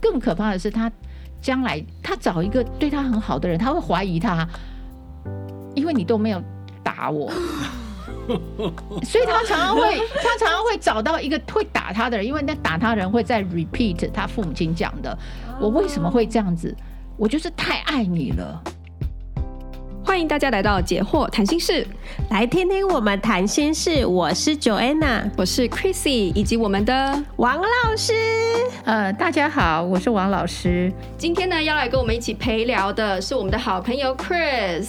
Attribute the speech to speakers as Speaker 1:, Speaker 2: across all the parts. Speaker 1: 更可怕的是，他将来他找一个对他很好的人，他会怀疑他，因为你都没有打我。所以他常常会，他常常会找到一个会打他的人，因为那打他的人会在 repeat 他父母亲讲的：“我为什么会这样子？我就是太爱你了。
Speaker 2: 欢迎大家来到解惑谈心室，
Speaker 3: 来听听我们谈心事。我是 Joanna
Speaker 2: 我是 Chrissy，以及我们的
Speaker 3: 王老师。”
Speaker 1: 呃，大家好，我是王老师。
Speaker 2: 今天呢要来跟我们一起陪聊的是我们的好朋友 Chris。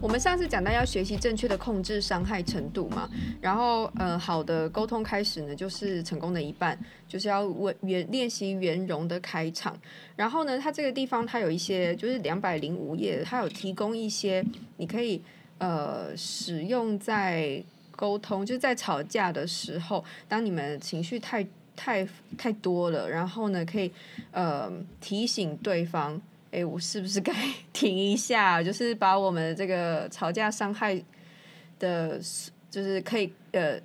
Speaker 2: 我们上次讲到要学习正确的控制伤害程度嘛，然后呃，好的沟通开始呢，就是成功的一半，就是要为圆练习圆融的开场。然后呢，它这个地方它有一些就是两百零五页，它有提供一些你可以呃使用在沟通，就是在吵架的时候，当你们情绪太太太多了，然后呢，可以呃提醒对方哎，我是不是该停一下？就是把我们这个吵架伤害的，就是可以呃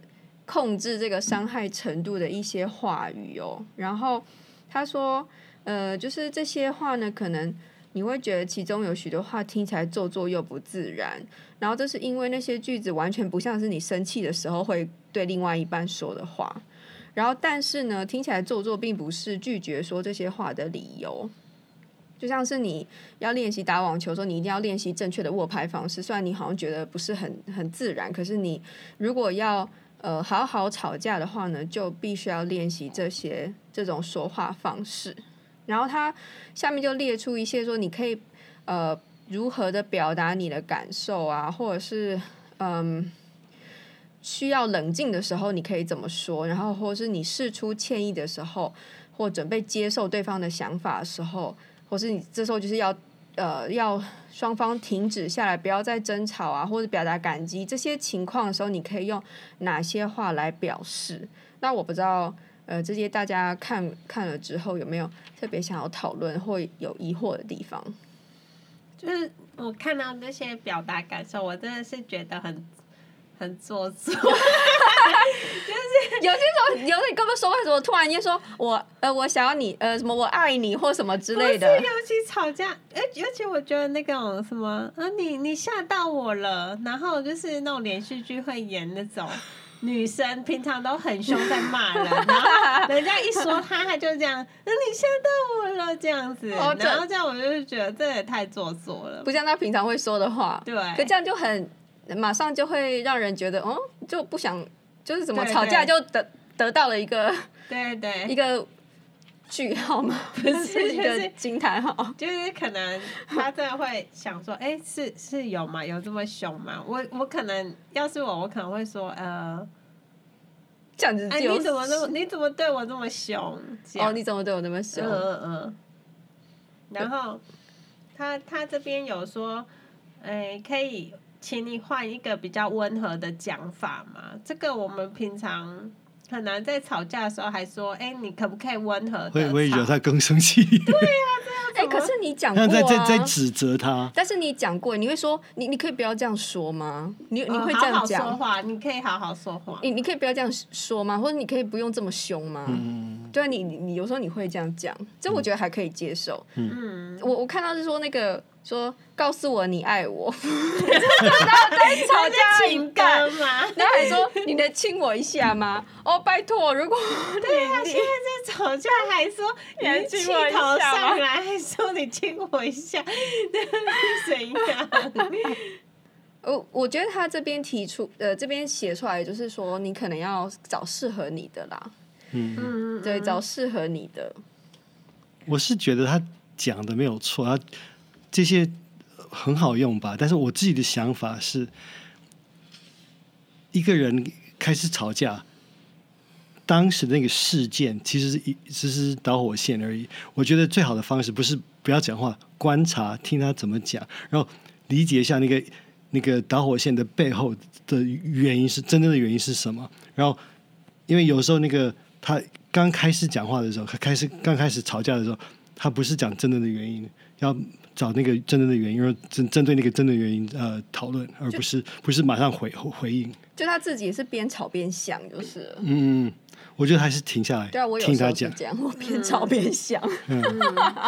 Speaker 2: 控制这个伤害程度的一些话语哦。然后他说，呃，就是这些话呢，可能你会觉得其中有许多话听起来做作又不自然，然后这是因为那些句子完全不像是你生气的时候会对另外一半说的话。然后，但是呢，听起来做作并不是拒绝说这些话的理由。就像是你要练习打网球的时候，你一定要练习正确的握拍方式。虽然你好像觉得不是很很自然，可是你如果要呃好好吵架的话呢，就必须要练习这些这种说话方式。然后他下面就列出一些说你可以呃如何的表达你的感受啊，或者是嗯。需要冷静的时候，你可以怎么说？然后，或者是你试出歉意的时候，或准备接受对方的想法的时候，或是你这时候就是要呃要双方停止下来，不要再争吵啊，或者表达感激这些情况的时候，你可以用哪些话来表示？那我不知道呃这些大家看看了之后有没有特别想要讨论或有疑惑的地 方？
Speaker 3: 就是我看到这些表达感受，我真的是觉得很很做作。
Speaker 2: 有些时候，有的你跟我们说话的时候，突然间说我呃我想要你呃什么我爱你或什么之类的
Speaker 3: 不，是， 尤其吵架，呃，尤其我觉得那种什么，啊，你你吓到我了，然后就是那种连续剧会演那种。女生平常都很凶，在骂 人，然后人家一说她，她就这样，那你吓到我了这样子，
Speaker 2: 哦这
Speaker 3: 然后这样我就觉得这也太做作了
Speaker 2: 不。像他平常会说的话。
Speaker 3: 对
Speaker 2: 可这样就很马上就会让人觉得，哦，就不想，就是怎么
Speaker 3: 对
Speaker 2: 吵架
Speaker 3: 对
Speaker 2: 就得得到了一个
Speaker 3: 对对，
Speaker 2: 一个句 号嘛，不
Speaker 3: 是
Speaker 2: 是一
Speaker 3: 就是
Speaker 2: 个惊叹号。
Speaker 3: 就是可能他真的会想说，哎、是是有吗？有这么凶吗？我我可能要是我，我可能会说，呃，
Speaker 2: 这样子
Speaker 3: 哎、
Speaker 2: 就哦
Speaker 3: 你怎么那么你怎么对我这么凶？这样
Speaker 2: 哦？你怎么对我那么凶？
Speaker 3: 嗯嗯嗯。然后他他这边有说，哎、可以请你换一个比较温和的讲法嘛？这个我们平常很难在吵架的时候还说，哎、你可不可以温和的？
Speaker 4: 会我也觉得他更生气，
Speaker 2: 哎、可是你讲过
Speaker 4: 像在在在
Speaker 2: 啊。
Speaker 4: 指责他。
Speaker 2: 但是你讲过，你会说你你可以不要这样说吗？你你会
Speaker 3: 嗯
Speaker 2: 这样讲？
Speaker 3: 好好说话，你可以好好说话。
Speaker 2: 你你可以不要这样说吗？或者你可以不用这么凶吗？
Speaker 4: 嗯，
Speaker 2: 对啊，你你你有时候你会这样讲，这我觉得还可以接受。
Speaker 3: 嗯，
Speaker 2: 我我看到是说那个说告诉我你爱我， 然后在吵架
Speaker 3: 情歌
Speaker 2: 感，
Speaker 3: 嘛，
Speaker 2: 然后还说你能亲我一下吗？哦，拜托，如果
Speaker 3: 对啊，现在在吵架还说
Speaker 2: 你还
Speaker 3: 你气
Speaker 2: 亲我一下
Speaker 3: 头
Speaker 2: 吗
Speaker 3: 上来，还说你亲我一下，这是怎样？
Speaker 2: 我我觉得他这边提出呃这边写出来就是说你可能要找适合你的啦，
Speaker 4: 嗯，
Speaker 3: 嗯，
Speaker 2: 对，找适合你的。
Speaker 4: 我是觉得他讲的没有错，他这些很好用吧。但是我自己的想法是，一个人开始吵架，当时那个事件其实是一只是导火线而已。我觉得最好的方式不是不要讲话，观察听他怎么讲，然后理解一下那个那个导火线的背后的原因是真正的原因是什么。然后，因为有时候那个他刚开始讲话的时候，他开始刚开始吵架的时候，他不是讲真正的原因，要找那个真正的原因，然后针针对那个真正的原因呃讨论，而不是不是马上回回应。
Speaker 2: 就他自己也是边吵边想，就是了
Speaker 4: 嗯，我觉得还是停下来，
Speaker 2: 对啊，我有
Speaker 4: 听
Speaker 2: 时
Speaker 4: 他
Speaker 2: 候是
Speaker 4: 讲。
Speaker 2: 这样，我边吵边想，
Speaker 3: 嗯，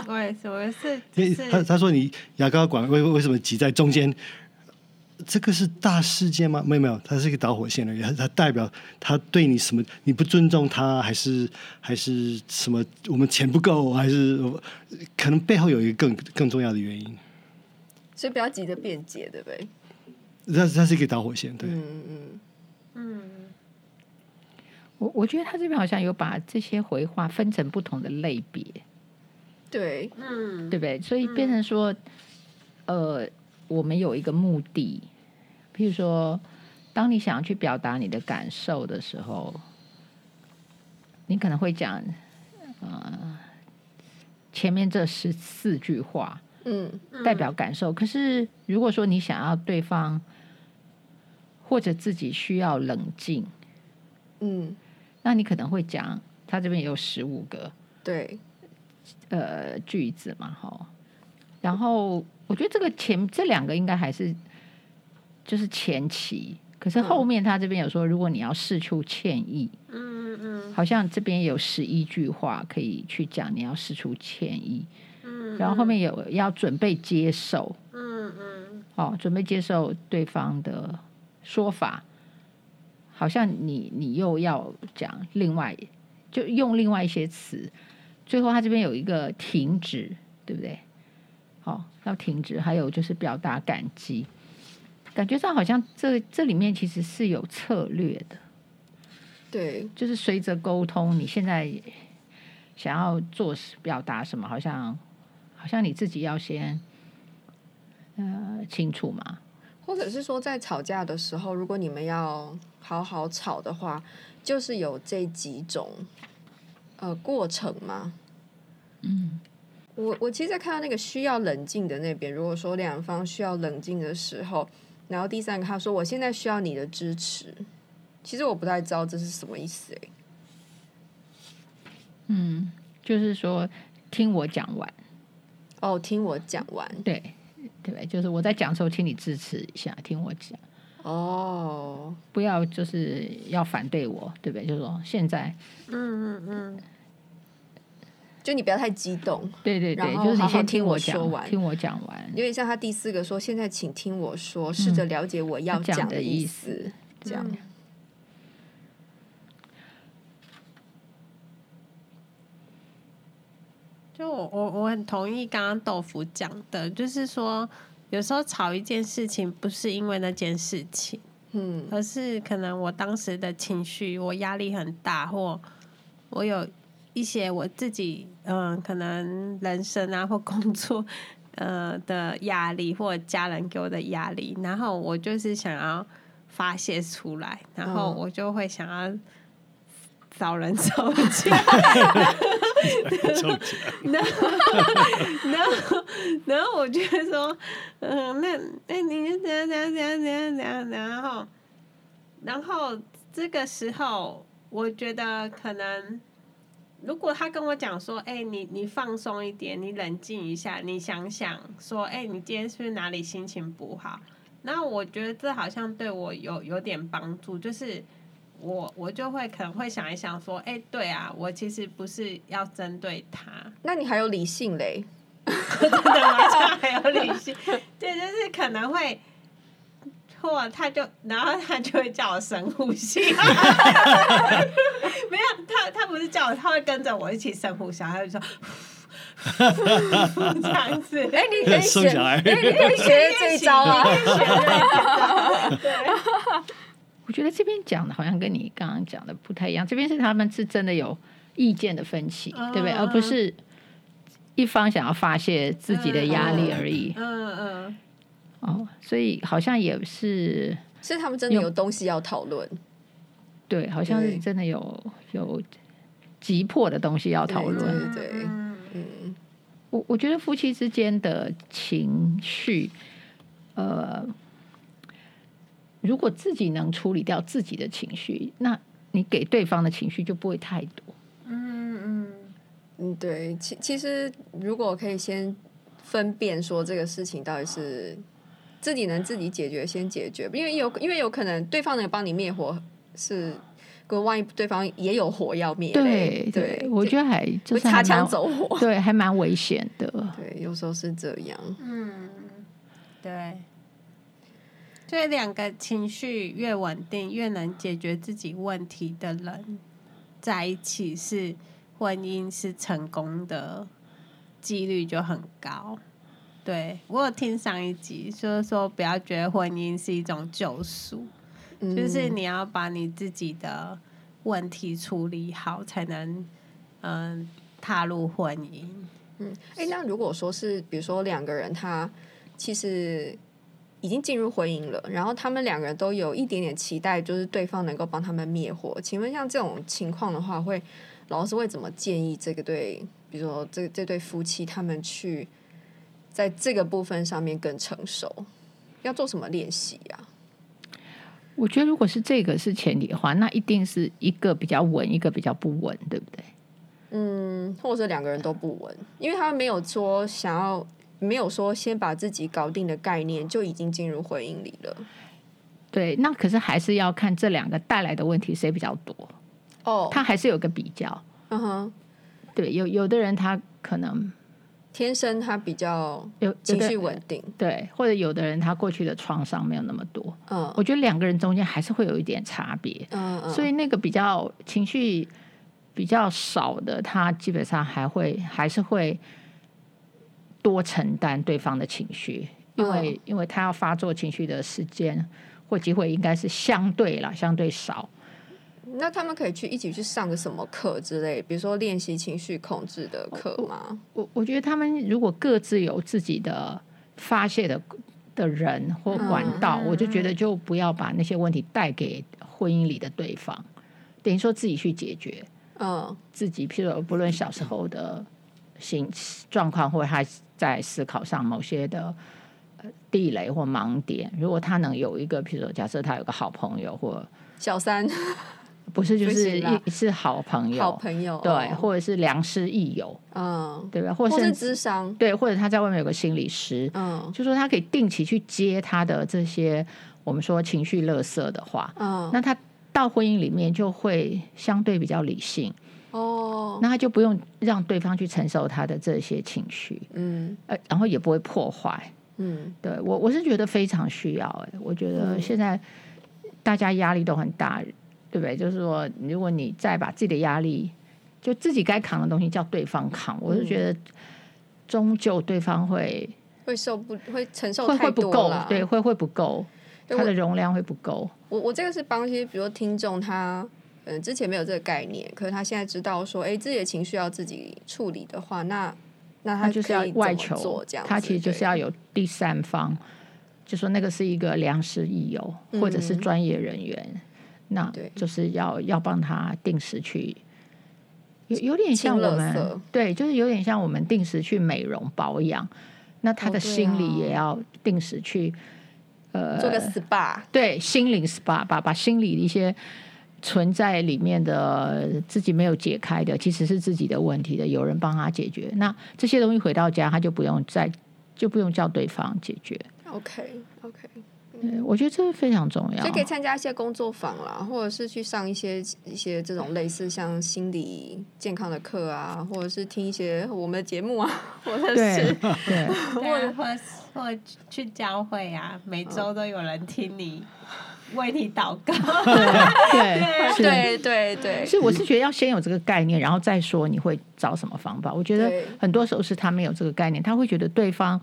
Speaker 3: 我也是，我也是，
Speaker 4: 因
Speaker 3: 就
Speaker 4: 为
Speaker 3: 是
Speaker 4: 他他说你牙膏管为为什么挤在中间？这个是大事件吗？没有没有，它是一个导火线而已。它它代表他对你什么？你不尊重他，还是还是什么？我们钱不够，还是可能背后有一个更更重要的原因？
Speaker 2: 所以不要急着辩解，对不对？
Speaker 4: 它它是一个导火线，对。
Speaker 2: 嗯嗯，
Speaker 3: 嗯，
Speaker 1: 我我觉得他这边好像有把这些回话分成不同的类别，
Speaker 2: 对，
Speaker 3: 嗯，
Speaker 1: 对不对？所以变
Speaker 3: 嗯
Speaker 1: 成说，呃，我们有一个目的，譬如说，当你想要去表达你的感受的时候，你可能会讲，呃，前面这十四句话
Speaker 2: 嗯
Speaker 1: 代表感受。可是如果说你想要对方或者自己需要冷静，
Speaker 2: 嗯，
Speaker 1: 那你可能会讲，他这边有十五个，
Speaker 2: 对，
Speaker 1: 呃句子嘛，哈。然后我觉得这个前这两个应该还是就是前期，可是后面他这边有说，如果你要事出歉意，
Speaker 3: 嗯嗯
Speaker 1: 好像这边有十一句话可以去讲，你要事出歉意，
Speaker 3: 嗯，
Speaker 1: 然后后面有要准备接受
Speaker 3: 嗯嗯
Speaker 1: 哦，准备接受对方的说法，好像你你又要讲另外就用另外一些词，最后他这边有一个停止，对不对？好、要停止，还有就是表达感激，感觉上好像这这里面其实是有策略的，
Speaker 2: 对，
Speaker 1: 就是随着沟通，你现在想要做表达什么，好像好像你自己要先呃清楚嘛，
Speaker 2: 或者是说在吵架的时候，如果你们要好好吵的话，就是有这几种呃过程嘛。
Speaker 1: 嗯，
Speaker 2: 我我其实，在看到那个需要冷静的那边，如果说两方需要冷静的时候，然后第三个他说我现在需要你的支持，其实我不太知道这是什么意思欸诶、
Speaker 1: 嗯，就是说听我讲完，
Speaker 2: 哦，听我讲完
Speaker 1: 对对不对，就是我在讲的时候，请你支持一下，听我讲。
Speaker 2: 哦，
Speaker 1: 不要就是要反对我，对不对？就是说现在，
Speaker 3: 嗯嗯嗯
Speaker 2: 就你不要太激动，
Speaker 1: 对对对，
Speaker 2: 然后
Speaker 1: 就是你
Speaker 2: 好好
Speaker 1: 先
Speaker 2: 听
Speaker 1: 我
Speaker 2: 我
Speaker 1: 讲，
Speaker 2: 说完
Speaker 1: 听我讲完
Speaker 2: 有。点像他第四个说，现在请听我说，试着了解我要
Speaker 1: 他讲
Speaker 2: 嗯讲
Speaker 1: 的意
Speaker 2: 意
Speaker 1: 思
Speaker 2: 思，
Speaker 3: 嗯
Speaker 2: 这样。
Speaker 3: 就我我我很同意刚刚豆腐讲的，就是说有时候吵一件事情不是因为那件事情，
Speaker 2: 嗯
Speaker 3: 而是可能我当时的情绪，我压力很大，或我有一些我自己嗯、呃可能人生啊或工作 呃的压力，或家人给我的压力，然后我就是想要发泄出来，然后
Speaker 2: 嗯
Speaker 3: 我就会想要找人 吵架。
Speaker 4: 超级
Speaker 3: 然后， 然后，然后我觉得说，嗯，那那你就怎样怎样怎样怎样怎样，然后，然后这个时候，我觉得可能，如果他跟我讲说，哎、你你放松一点，你冷静一下，你想想说，哎、你今天是不是哪里心情不好？那我觉得这好像对我有有点帮助，就是我我就会可能会想一想说，哎、对啊，我其实不是要针对他，
Speaker 2: 那你还有理性嘞，
Speaker 3: 真的吗？这样还有理性，对，就是可能会。或他就，然后他就会叫我深呼吸， 没有，他他不是叫我，他会跟着我一起深呼吸，他就说 这样子，
Speaker 2: 哎、你 可以
Speaker 4: 生
Speaker 2: 学，
Speaker 4: 小
Speaker 2: 哎、
Speaker 4: 孩
Speaker 2: 你可 以学这一招 啊，
Speaker 1: 我觉得这边讲的好像跟你刚刚讲的不太一样，这边是他们是真的有意见的分歧，
Speaker 3: 嗯
Speaker 1: 对不对？
Speaker 3: 嗯
Speaker 1: 而不是一方想要发泄自己的压力而已。
Speaker 3: 嗯嗯，
Speaker 1: 哦，所以好像也是
Speaker 2: 是他们真的有东西要讨论，
Speaker 1: 对，好像是
Speaker 2: 对
Speaker 1: 真的有有急迫的东西要讨
Speaker 2: 对
Speaker 1: 论。
Speaker 2: 对对
Speaker 3: 嗯
Speaker 2: 嗯，
Speaker 1: 我我觉得夫妻之间的情绪，呃，如果自己能处理掉自己的情绪，那你给对方的情绪就不会太多。
Speaker 3: 嗯嗯
Speaker 2: 嗯，对，其其实如果可以先分辨说这个事情到底是自己能自己解决，先解决，因为有因为有可能对方能帮你灭火是。可万一对方也有火要灭
Speaker 1: 对
Speaker 2: 嘞，对，
Speaker 1: 我
Speaker 2: 就
Speaker 1: 觉得还就
Speaker 2: 会
Speaker 1: 是
Speaker 2: 擦
Speaker 1: 还
Speaker 2: 枪
Speaker 1: 蛮
Speaker 2: 走火。
Speaker 1: 对，还蛮危险的。
Speaker 2: 对，有时候是这样。
Speaker 3: 嗯，对，所以两个情绪越稳定，越能解决自己问题的人在一起是婚姻是成功的几率就很高。对我有听上一集，就是说不要觉得婚姻是一种救赎，
Speaker 2: 嗯
Speaker 3: 就是你要把你自己的问题处理好，才能嗯踏入婚姻。
Speaker 2: 嗯，哎、那如果说是，比如说两个人他其实已经进入婚姻了，然后他们两个人都有一点点期待，就是对方能够帮他们灭火。请问像这种情况的话，会老师会怎么建议这个对，比如说这这对夫妻他们去在这个部分上面更成熟，要做什么练习啊？
Speaker 1: 我觉得如果是这个是前提的话，那一定是一个比较稳，一个比较不稳，对不对？
Speaker 2: 嗯，或者两个人都不稳，因为他们没有说想要，没有说先把自己搞定的概念，就已经进入婚姻里了。
Speaker 1: 对，那可是还是要看这两个带来的问题谁比较多，
Speaker 2: 哦，
Speaker 1: 它还是有个比较。
Speaker 2: 嗯哼，
Speaker 1: 对，有有的人他可能
Speaker 2: 天生他比较
Speaker 1: 有有
Speaker 2: 情
Speaker 1: 的
Speaker 2: 绪稳定，
Speaker 1: 对，或者有的人他过去的创伤没有那么多。
Speaker 2: 嗯
Speaker 1: 我觉得两个人中间还是会有一点差别，
Speaker 2: 嗯嗯，
Speaker 1: 所以那个比较情绪比较少的，他基本上还会还是会多承担对方的情绪，因为、因为他要发作情绪的时间或机会应该是相对啦，相对少。
Speaker 2: 那他们可以去一起去上个什么课之类，比如说练习情绪控制的
Speaker 1: 哦
Speaker 2: 课吗？
Speaker 1: 我我觉得他们如果各自有自己的发泄的的人或管道，我就觉得就不要把那些问题带给婚姻里的对方，等于说自己去解决
Speaker 2: 嗯
Speaker 1: 自己，譬如不论小时候的心状况，或者他在思考上某些的。呃地雷或盲点，如果他能有一个，譬如说，假设他有个好朋友，或
Speaker 2: 小三
Speaker 1: 不是就
Speaker 2: 不
Speaker 1: 是
Speaker 2: 行啦
Speaker 1: 一是好朋友，
Speaker 2: 好朋友，
Speaker 1: 对，
Speaker 2: 哦
Speaker 1: 或者是良师益友，
Speaker 2: 嗯，
Speaker 1: 对吧？或
Speaker 2: 或
Speaker 1: 者
Speaker 2: 是
Speaker 1: 甚至
Speaker 2: 智商，
Speaker 1: 对，或者他在外面有个心理师，
Speaker 2: 嗯
Speaker 1: 就说他可以定期去接他的这些我们说情绪垃圾的话，
Speaker 2: 嗯
Speaker 1: 那他到婚姻里面就会相对比较理性，
Speaker 2: 哦，
Speaker 1: 那他就不用让对方去承受他的这些情绪，
Speaker 2: 嗯
Speaker 1: 呃，然后也不会破坏。
Speaker 2: 嗯
Speaker 1: 对我我是觉得非常需要、欸，我觉得
Speaker 2: 嗯
Speaker 1: 现在大家压力都很大，对不对？就是说，如果你再把自己的压力，就自己该扛的东西叫对方扛，我是
Speaker 2: 嗯
Speaker 1: 觉得终究对方会。
Speaker 2: 会受不会承受
Speaker 1: 会
Speaker 2: 太
Speaker 1: 会不
Speaker 2: 多
Speaker 1: 够
Speaker 2: 了，，
Speaker 1: 对，会会不够，
Speaker 2: 对
Speaker 1: 它
Speaker 2: 我
Speaker 1: 的容量会不够。
Speaker 2: 我我这个是帮一些，比如说听众他，嗯，之前没有这个概念，可是他现在知道说，哎、自己的情绪要自己处理的话，那那他
Speaker 1: 它就是要
Speaker 2: 可以
Speaker 1: 外
Speaker 2: 怎么
Speaker 1: 求
Speaker 2: 做这样，子，
Speaker 1: 它其实就是
Speaker 2: 对
Speaker 1: 要有第三方，就说那个是一个良师益友或者是
Speaker 2: 嗯
Speaker 1: 专业人员，那
Speaker 2: 对
Speaker 1: 就是要要帮他定时去。有有点像
Speaker 2: 清
Speaker 1: 我
Speaker 2: 垃
Speaker 1: 们
Speaker 2: 圾
Speaker 1: 对，就是有点像我们定时去美容保养，那他
Speaker 2: 哦
Speaker 1: 的
Speaker 2: 对
Speaker 1: 心理
Speaker 2: 啊
Speaker 1: 也要定时去，呃，
Speaker 2: 做个 SPA，
Speaker 1: 对心灵 SPA，把把心里的一些存在里面的自己没有解开的，其实是自己的问题的，有人帮他解决。那这些东西回到家，他就不用再就不用叫对方解决。
Speaker 2: OK OK，
Speaker 1: 对我觉得这个非常重要
Speaker 2: 嗯所以。可以参加一些工作坊啦，或者是去上一些一些这种类似像心理健康的课啊，或者是听一些我们的节目啊，或者
Speaker 1: 对
Speaker 2: 是
Speaker 1: 对，
Speaker 3: 对啊或是或去去教会啊，每
Speaker 2: 嗯
Speaker 3: 周都有人听你为你祷告。
Speaker 1: 对是
Speaker 2: 对对对，
Speaker 1: 是，我是觉得要先有这个概念，然后再说你会找什么方法。我觉得
Speaker 2: 对
Speaker 1: 很多时候是他没有这个概念，他会觉得对方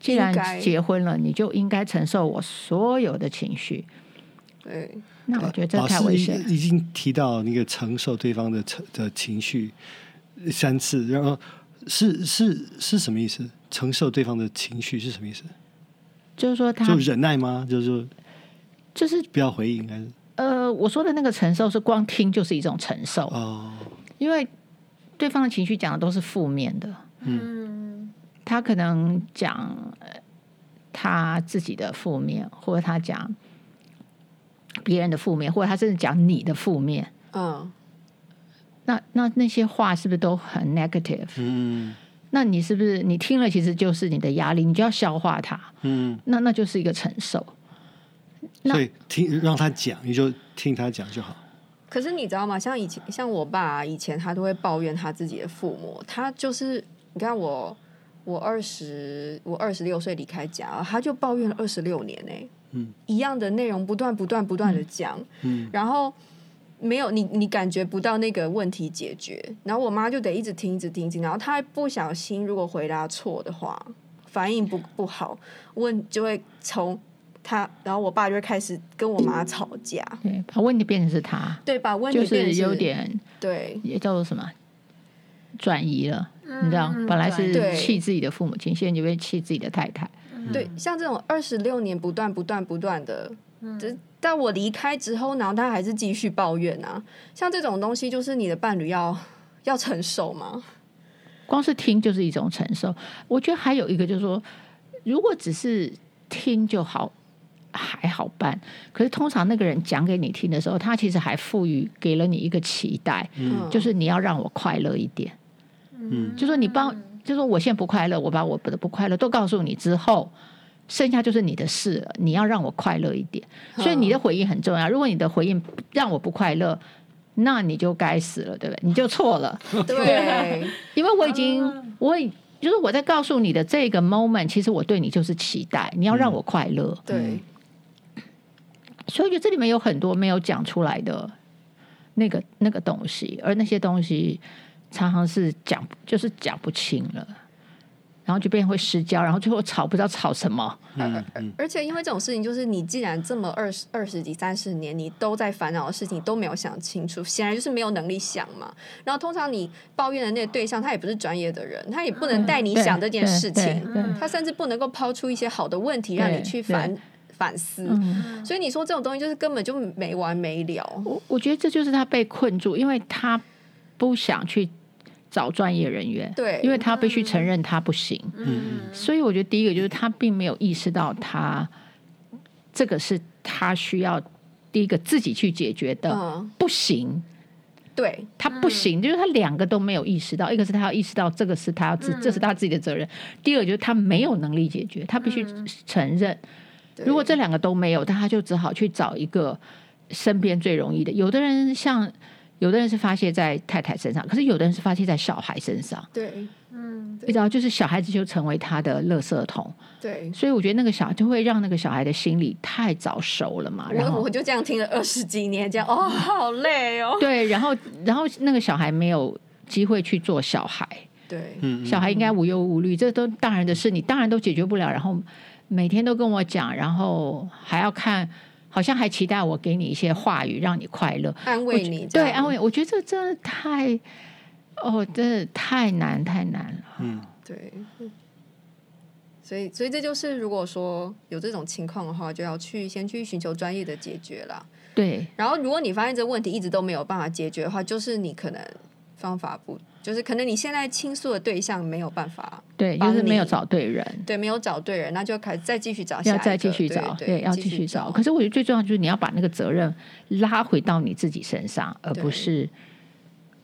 Speaker 1: 既然
Speaker 2: 应该
Speaker 1: 结婚了，你就应该承受我所有的情绪。
Speaker 2: 对，
Speaker 1: 那我觉得这
Speaker 4: 老
Speaker 1: 太危
Speaker 4: 师
Speaker 1: 险了。
Speaker 4: 已已经提到那个承受对方的承的情绪三次，然后是是是什么意思？承受对方的情绪是什么意思？
Speaker 1: 就是说他
Speaker 4: 就忍耐吗？就是
Speaker 1: 就是
Speaker 4: 不要回应还是？
Speaker 1: 呃，我说的那个承受是光听就是一种承受，
Speaker 4: 哦，
Speaker 1: 因为对方的情绪讲的都是负面的，
Speaker 3: 嗯，
Speaker 1: 他可能讲呃他自己的负面，或者他讲别人的负面，或者他甚至讲你的负面。
Speaker 2: 嗯
Speaker 1: 那那那些话是不是都很 negative？
Speaker 4: 嗯
Speaker 1: 那你是不是你听了其实就是你的压力，你就要消化它，
Speaker 4: 嗯，
Speaker 1: 那那就是一个承受。那
Speaker 4: 所以听让他讲，你就听他讲就好。
Speaker 2: 可是你知道吗？像以前，像我爸、以前他都会抱怨他自己的父母，他就是你看我，我二十我二十六岁离开家，他就抱怨了二十六年呢、
Speaker 4: 嗯
Speaker 2: 一样的内容不断不断不断的讲，
Speaker 4: 嗯
Speaker 2: 然后没有你，你感觉不到那个问题解决，然后我妈就得一直听，一直听，一直听然后她不小心如果回答错的话，反应不不好，问就会从她，然后我爸就会开始跟我妈吵架，
Speaker 1: 对，把问题变成是他，
Speaker 2: 对，把问题
Speaker 1: 嗯就
Speaker 2: 变成
Speaker 1: 是有点
Speaker 2: 对
Speaker 1: 也叫做什么转移了，
Speaker 3: 嗯
Speaker 1: 你知道，本来
Speaker 2: 嗯对
Speaker 1: 是气自己的父母亲，现在就会气自己的太太。
Speaker 2: 对，像这种二十六年不断不断不断的，这、但我离开之后，然后她还是继续抱怨啊，像这种东西就是你的伴侣要要承受嘛，
Speaker 1: 光是听就是一种承受。我觉得还有一个就是说，如果只是听就好，还好办。可是通常那个人讲给你听的时候，他其实还赋予给了你一个期待，
Speaker 4: 嗯
Speaker 1: 就是你要让我快乐一点，
Speaker 4: 嗯
Speaker 1: 就说你帮，就说我现在不快乐，我把我的不快乐都告诉你之后。剩下就是你的事了，你要让我快乐一点，
Speaker 4: 嗯
Speaker 1: 所以你的回应很重要。如果你的回应让我不快乐，那你就该死了，对不对？你就错了。
Speaker 2: 对。
Speaker 1: 因为我已经，
Speaker 4: 啊
Speaker 1: 我已就是我在告诉你的这个 moment，其实我对你就是期待，你要让我快乐。
Speaker 2: 对，
Speaker 1: 所以我觉得这里面有很多没有讲出来的那个那个东西，而那些东西常常是讲就是讲不清了，然后就变成会失焦，然后最后吵不知道吵什么。
Speaker 4: 嗯嗯
Speaker 2: 而且因为这种事情，就是你既然这么二十二十几、三十年，你都在烦恼的事情都没有想清楚，显然就是没有能力想嘛。然后通常你抱怨的那个对象，他也不是专业的人，他也不能带你
Speaker 1: 对
Speaker 2: 想这件事情，
Speaker 1: 对对
Speaker 2: 他甚至不能够抛出一些好的问题让你
Speaker 1: 对
Speaker 2: 去
Speaker 1: 对
Speaker 2: 反反思。
Speaker 1: 嗯，
Speaker 2: 所以你说这种东西就是根本就没完没了。
Speaker 1: 我我觉得这就是他被困住，因为他不想去找专业人员，
Speaker 2: 对
Speaker 1: 因为他必须承认他不行。
Speaker 4: 嗯
Speaker 1: 所以我觉得第一个就是他并没有意识到他这个是他需要第一个自己去解决的，
Speaker 2: 嗯，
Speaker 1: 不行，
Speaker 2: 对
Speaker 1: 他不行，就是他两个都没有意识到，一个是他要意识到这个是他要自，这
Speaker 2: 嗯
Speaker 1: 是他自己的责任；第二个就是他没有能力解决，他必须
Speaker 2: 嗯
Speaker 1: 承认。
Speaker 2: 对
Speaker 1: 如果这两个都没有，但他就只好去找一个身边最容易的。有的人像，有的人是发泄在太太身上，可是有的人是发泄在小孩身上，
Speaker 2: 对
Speaker 1: 你知道，就是小孩子就成为他的垃圾桶。
Speaker 2: 对，
Speaker 1: 所以我觉得那个小就会让那个小孩的心理太早熟了嘛，然
Speaker 2: 我
Speaker 1: 后
Speaker 2: 我就这样听了二十几年，这样哦，好累哦。
Speaker 1: 对，然后然后那个小孩没有机会去做小孩，
Speaker 2: 对，
Speaker 4: 嗯，
Speaker 1: 小孩应该无忧无虑，这都大人的事，你当然都解决不了，然后每天都跟我讲，然后还要看，好像还期待我给你一些话语让你快乐，
Speaker 2: 安
Speaker 1: 我
Speaker 2: 慰
Speaker 1: 觉
Speaker 2: 你，
Speaker 1: 对安。慰，我觉得这真的太，哦，真的太难太难了，
Speaker 4: 嗯
Speaker 2: 对，所以所以这就是如果说有这种情况的话，就要去先去寻求专业的解决啦。
Speaker 1: 对
Speaker 2: 然后如果你发现这问题一直都没有办法解决的话，就是你可能方法不，就是可能你现在倾诉的对象没有办法，
Speaker 1: 对，就
Speaker 2: 帮
Speaker 1: 是没有
Speaker 2: 你
Speaker 1: 找对人，
Speaker 2: 对，没有找对人，那就开始再继续找下一
Speaker 1: 要
Speaker 2: 个，
Speaker 1: 再继续找，
Speaker 2: 对，
Speaker 1: 要继续找。可是我觉得最重要就是你要把那个责任拉回到你自己身上，而不
Speaker 2: 对
Speaker 1: 是，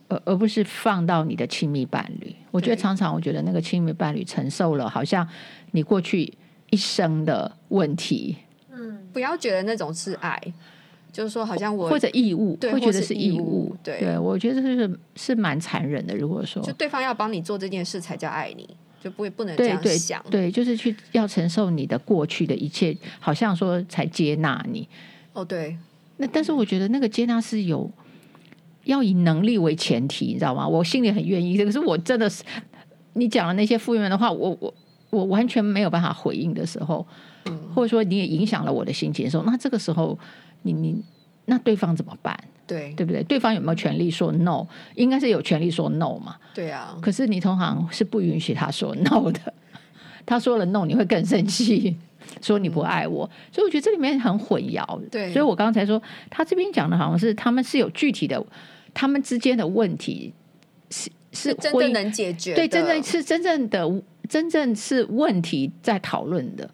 Speaker 1: 而而不是放到你的亲密伴侣。我觉得
Speaker 2: 对
Speaker 1: 常常我觉得那个亲密伴侣承受了好像你过去一生的问题
Speaker 2: 不要觉得那种是爱，就是说好像我
Speaker 1: 或者义务，
Speaker 2: 对
Speaker 1: 会觉
Speaker 2: 或
Speaker 1: 得
Speaker 2: 是
Speaker 1: 是
Speaker 2: 义
Speaker 1: 义
Speaker 2: 务
Speaker 1: 务。
Speaker 2: 对
Speaker 1: 我觉得这是是蛮残忍的。如果说
Speaker 2: 就对方要帮你做这件事才叫爱你，就不会不能这
Speaker 1: 对
Speaker 2: 样
Speaker 1: 对
Speaker 2: 想。
Speaker 1: 对，就是去要承受你的过去的一切，好像说才接纳你。
Speaker 2: 哦，对，
Speaker 1: 那但是我觉得那个接纳是有要以能力为前提，你知道吗？我心里很愿意，可是我真的是你讲的那些负面的话，我我我完全没有办法回应的时候，或者说你也影响了我的心情的时候，那这个时候你你那对方怎么办？
Speaker 2: 对，
Speaker 1: 对不对？对方有没有权利说 no？应该是有权利说 no 嘛。
Speaker 2: 对啊，
Speaker 1: 可是你通常是不允许他说 no 的，他说了 no，你会更生气，说你不爱我，所以我觉得这里面很混淆。
Speaker 2: 对
Speaker 1: 所以我刚才说，他这边讲的好像是他们是有具体的，他们之间的问题是
Speaker 2: 是
Speaker 1: 是
Speaker 2: 真
Speaker 1: 婚
Speaker 2: 的
Speaker 1: 姻
Speaker 2: 能解决的，
Speaker 1: 对，真正是真正的真正是问题在讨论的。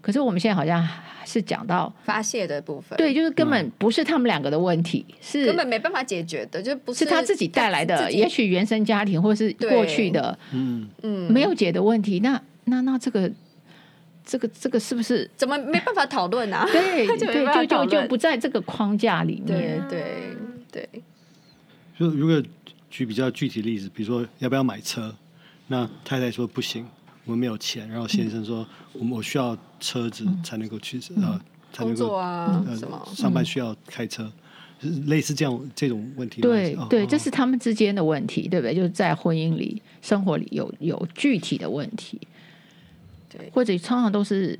Speaker 1: 可是我们现在好像是讲到，
Speaker 2: 发泄的部分，，
Speaker 1: 对，就是根本不是他们两个的问题，是
Speaker 2: 嗯根本没办法解决的，就不
Speaker 1: 是他自己带来
Speaker 2: 他
Speaker 1: 的，
Speaker 2: 自己
Speaker 1: 也许原生家庭或是过去的
Speaker 4: 嗯，
Speaker 2: 嗯
Speaker 1: 没有解的问题。那那那这个这个这个是不是？
Speaker 2: 怎么没办法讨论啊
Speaker 1: 对
Speaker 2: 就没办法
Speaker 1: 对就
Speaker 2: 讨
Speaker 1: 就就
Speaker 2: 论
Speaker 1: 不在这个框架里面？
Speaker 2: 对对对，
Speaker 4: 就如果举比较具体例子，比如说要不要买车，那太太说不行，我们没有钱，然后先生说，我们我需要车子才能够去呃
Speaker 2: 嗯
Speaker 4: 才
Speaker 2: 工
Speaker 4: 能
Speaker 2: 作
Speaker 4: 够
Speaker 2: 啊
Speaker 4: 呃
Speaker 2: 什么，
Speaker 4: 上班需要开车，是类似这样这种问题吗。
Speaker 1: 对
Speaker 4: 哦
Speaker 1: 对，
Speaker 4: 哦
Speaker 1: 这是他们之间的问题，对不对？就是在婚姻里、生活里有有具体的问题，
Speaker 2: 对
Speaker 1: 或者常常都是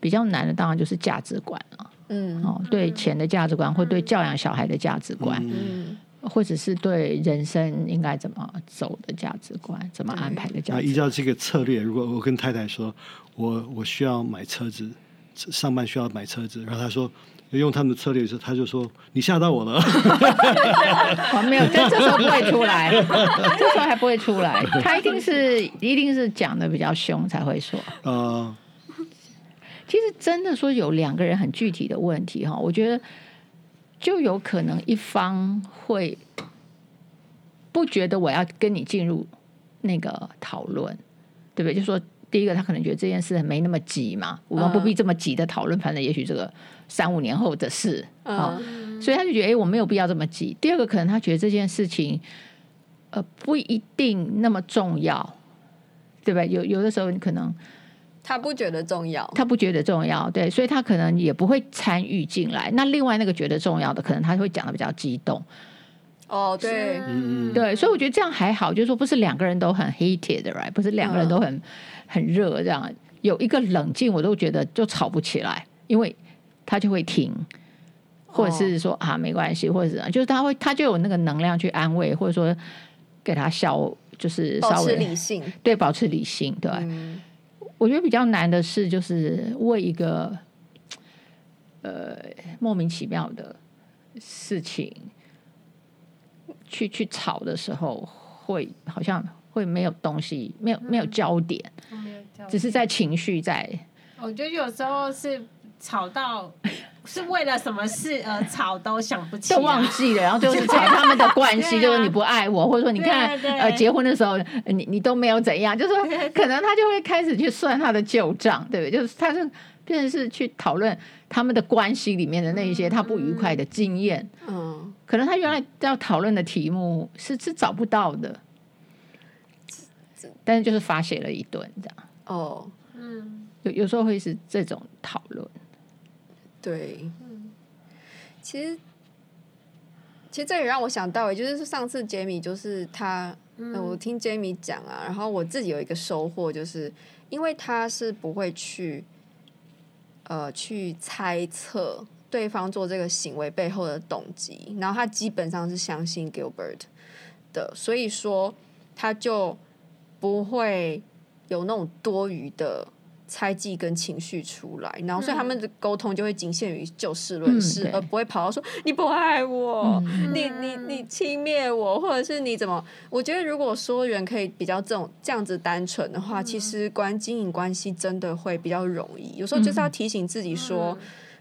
Speaker 1: 比较难的，当然就是价值观了、
Speaker 2: 嗯
Speaker 1: 哦，对钱的价值观，或对教养小孩的价值观，
Speaker 2: 嗯，
Speaker 1: 或者是对人生应该怎么走的价值观，怎么安排的价
Speaker 4: 那
Speaker 1: 值
Speaker 4: 依
Speaker 1: 观。
Speaker 4: 照这个策略，如果我跟太太说，我我需要买车子，上班需要买车子，然后她说用他们的策略的时候，她就说你吓到我了，
Speaker 1: 哦，没有，但这时候不会出 来，这时候还不会出来，他一定是一定是讲的比较凶才会说。
Speaker 4: 呃，
Speaker 1: 其实真的说有两个人很具体的问题哈，我觉得就有可能一方会不觉得我要跟你进入那个讨论，对不对？就说第一个，他可能觉得这件事没那么急嘛，我们不必这么急的讨论，反正也许这个三五年后的事
Speaker 2: 呃
Speaker 1: 啊，所以他就觉得哎、诶我没有必要这么急。第二个，可能他觉得这件事情呃不一定那么重要，对吧？有有的时候你可能。
Speaker 2: 他不觉得重要，
Speaker 1: 他不觉得重要，对，所以他可能也不会参与进来。那另外那个觉得重要的，可能他会讲的比较激动，
Speaker 2: 哦，对，
Speaker 3: 啊
Speaker 1: 啊
Speaker 4: 嗯嗯
Speaker 1: 对，所以我觉得这样还好，就是说不是两个人都很 heated，right？不是两个人
Speaker 2: 嗯
Speaker 1: 都很、很热，这样有一个冷静，我都觉得就吵不起来，因为他就会停，或者是说、啊没关系，或者是怎样就是他会他就有那个能量去安慰，或者说给他消，就是稍
Speaker 2: 保持
Speaker 1: 微
Speaker 2: 理性，
Speaker 1: 对保持理性，对。
Speaker 2: 嗯，
Speaker 1: 我觉得比较难的是，就是为一个呃莫名其妙的事情去去吵的时候，会好像会没有东西，没有没有焦点，只是在情绪在。
Speaker 3: 我觉得有时候是吵到是为了什么事而吵都想不起
Speaker 2: 啊
Speaker 1: 都
Speaker 3: 来，
Speaker 1: 忘记了，然后就是吵他们的关系，
Speaker 3: 对 啊
Speaker 1: 就是你不爱我，或者说你看
Speaker 2: 啊
Speaker 3: 对对
Speaker 1: 呃结婚的时候，呃你你都没有怎样， 就是说可能他就会开始去算他的旧账，对不对？就是他就变成是去讨论他们的关系里面的那一些他不愉快的经验，
Speaker 2: 嗯，
Speaker 1: 可能他原来要讨论的题目是是找不到的，但是就是发泄了一顿这样，
Speaker 2: 哦，
Speaker 3: 嗯，
Speaker 1: 有有时候会是这种讨论，
Speaker 2: 对，其实。其实这也让我想到，也欸就是上次杰米，就是他
Speaker 3: 嗯
Speaker 1: 嗯
Speaker 2: 呃我听 Jamie 讲啊，然后我自己有一个收获，就是因为他是不会去呃去猜测对方做这个行为背后的动机，然后他基本上是相信 Gilbert 的，所以说他就不会有那种多余的。猜忌跟情绪出来，然后所以他们的沟通就会仅限于就事论
Speaker 1: 嗯
Speaker 2: 事，
Speaker 1: 对
Speaker 2: 而不会跑到说你不爱我，
Speaker 1: 嗯
Speaker 2: 你你你轻蔑我，或者是你怎么？我觉得如果说人可以比较这种这样子单纯的话，
Speaker 3: 嗯
Speaker 2: 其实关经营关系真的会比较容易。有时候就是
Speaker 3: 嗯
Speaker 2: 要提醒自己说，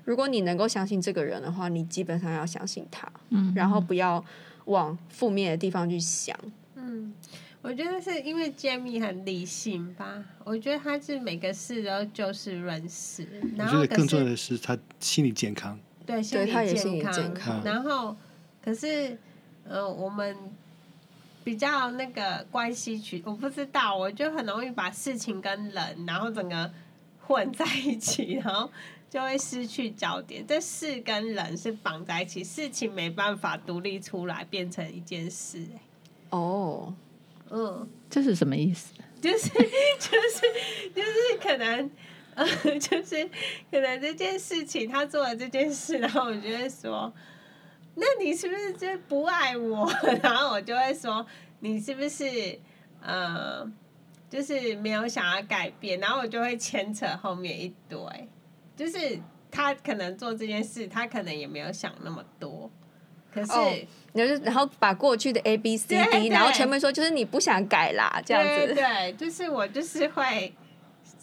Speaker 2: 如果你能够相信这个人的话，你基本上要相信他，
Speaker 1: 嗯
Speaker 2: 然后不要往负面的地方去想。
Speaker 3: 嗯，我觉得是因为 Jamie 很理性吧，我觉得他是每个事都就事论事，
Speaker 4: 我
Speaker 3: 然
Speaker 4: 觉
Speaker 3: 后
Speaker 4: 得
Speaker 3: 可
Speaker 4: 更重要
Speaker 3: 是
Speaker 4: 的是她心理健康，
Speaker 3: 对心
Speaker 2: 对他也
Speaker 3: 理
Speaker 2: 心理
Speaker 3: 健康，
Speaker 2: 健康
Speaker 3: 然后可是呃，我们比较那个关系取，我不知道，我就很容易把事情跟人，然后整个混在一起，然后就会失去焦点。这事跟人是绑在一起，事情没办法独立出来变成一件事、欸
Speaker 2: 哦，
Speaker 3: 嗯。
Speaker 1: 这是什么意思？
Speaker 3: 就是 就是就是可能。呃，就是可能这件事情，他做了这件事，然后我就会说，那你是不是就不爱我？ 然后我就会说，你是不是呃，就是没有想要改变？然后我就会牵扯后面一堆，就是他可能做这件事，他可能也没有想那么多，可是、
Speaker 2: 哦然后就然后把过去的 A B C
Speaker 3: 对
Speaker 2: D，
Speaker 3: 对
Speaker 2: 然后全部说就是你不想改啦，这样
Speaker 3: 对
Speaker 2: 子。
Speaker 3: 对，就是我就是会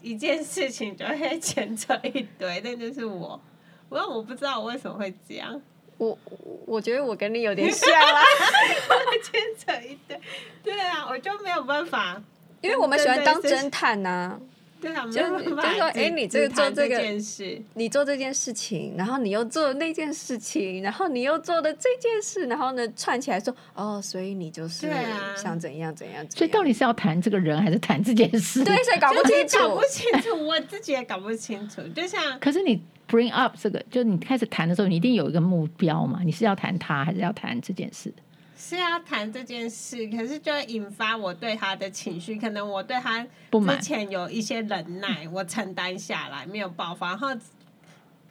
Speaker 3: 一件事情就会牵扯一堆，那就是我。我我不知道我为什么会这样，
Speaker 2: 我我觉得我跟你有点像啦，
Speaker 3: 牵扯一堆。对啊，我就没有办法。
Speaker 2: 因为我们喜欢当侦探呐、
Speaker 3: 对啊，没
Speaker 2: 就
Speaker 3: 有办法
Speaker 2: 就说
Speaker 3: 只
Speaker 2: 诶你这个
Speaker 3: 只谈
Speaker 2: 做这个
Speaker 3: 件事，
Speaker 2: 你做这件事情，然后你又做那件事情，然后你又做的这件事，然后呢串起来说，哦，所以你就是
Speaker 3: 对啊
Speaker 2: 想怎样怎样怎样。
Speaker 1: 所以到底是要谈这个人，还是谈这件事？
Speaker 2: 对，所以搞不
Speaker 3: 就是
Speaker 2: 清楚。
Speaker 3: 搞不清楚，我自己也搞不清楚。就像
Speaker 1: 可是你 bring up 这个，就你开始谈的时候，你一定有一个目标嘛？你是要谈他，还是要谈这件事？
Speaker 3: 是要谈这件事，可是就会引发我对他的情绪。可能我对他
Speaker 1: 不满
Speaker 3: 之前有一些忍耐，我承担下来没有爆发，然后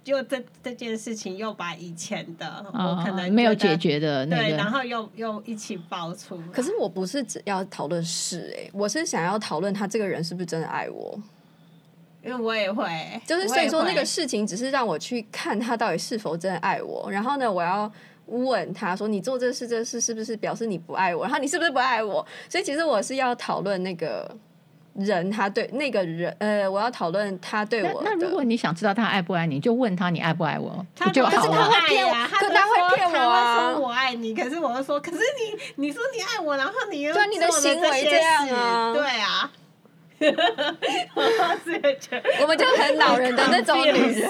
Speaker 3: 就这这件事情又把以前的、我哦可能觉得
Speaker 1: 哦啊没有解，决的那
Speaker 3: 对，
Speaker 1: 个
Speaker 3: 然后又又一起爆出来。
Speaker 2: 可是我不是只要讨论事、欸，我是想要讨论他这个人是不是真的爱我。
Speaker 3: 因为我也会，
Speaker 2: 就是
Speaker 3: 我
Speaker 2: 所
Speaker 3: 也
Speaker 2: 以说那
Speaker 3: 会
Speaker 2: 个事情只是让我去看他到底是否真的爱我，然后呢，我要问他说你做这事这事是不是表示你不爱我？然后你是不是不爱我？所以其实我是要讨论那个人他对那个人呃，我要讨论他对
Speaker 1: 那
Speaker 2: 我
Speaker 1: 那如 果
Speaker 2: 的。
Speaker 1: 你想知道他爱不爱你，就问他你爱不爱我，
Speaker 3: 他
Speaker 1: 不就
Speaker 3: 可
Speaker 1: 好啊
Speaker 3: 是他
Speaker 2: 他
Speaker 1: 了
Speaker 3: 会
Speaker 2: 会。骗
Speaker 3: 骗
Speaker 2: 我
Speaker 3: 我，
Speaker 2: 可
Speaker 3: 都
Speaker 2: 他会
Speaker 3: 说
Speaker 2: 骗我啊
Speaker 3: 他会说我爱你，可是我会说，可是你你说你爱我，然后你又
Speaker 2: 对啊你的
Speaker 3: 做了
Speaker 2: 行为
Speaker 3: 些
Speaker 2: 这样
Speaker 3: 事
Speaker 2: 啊
Speaker 3: 对啊。 我自己觉得
Speaker 2: 我们就很老人的那种女人，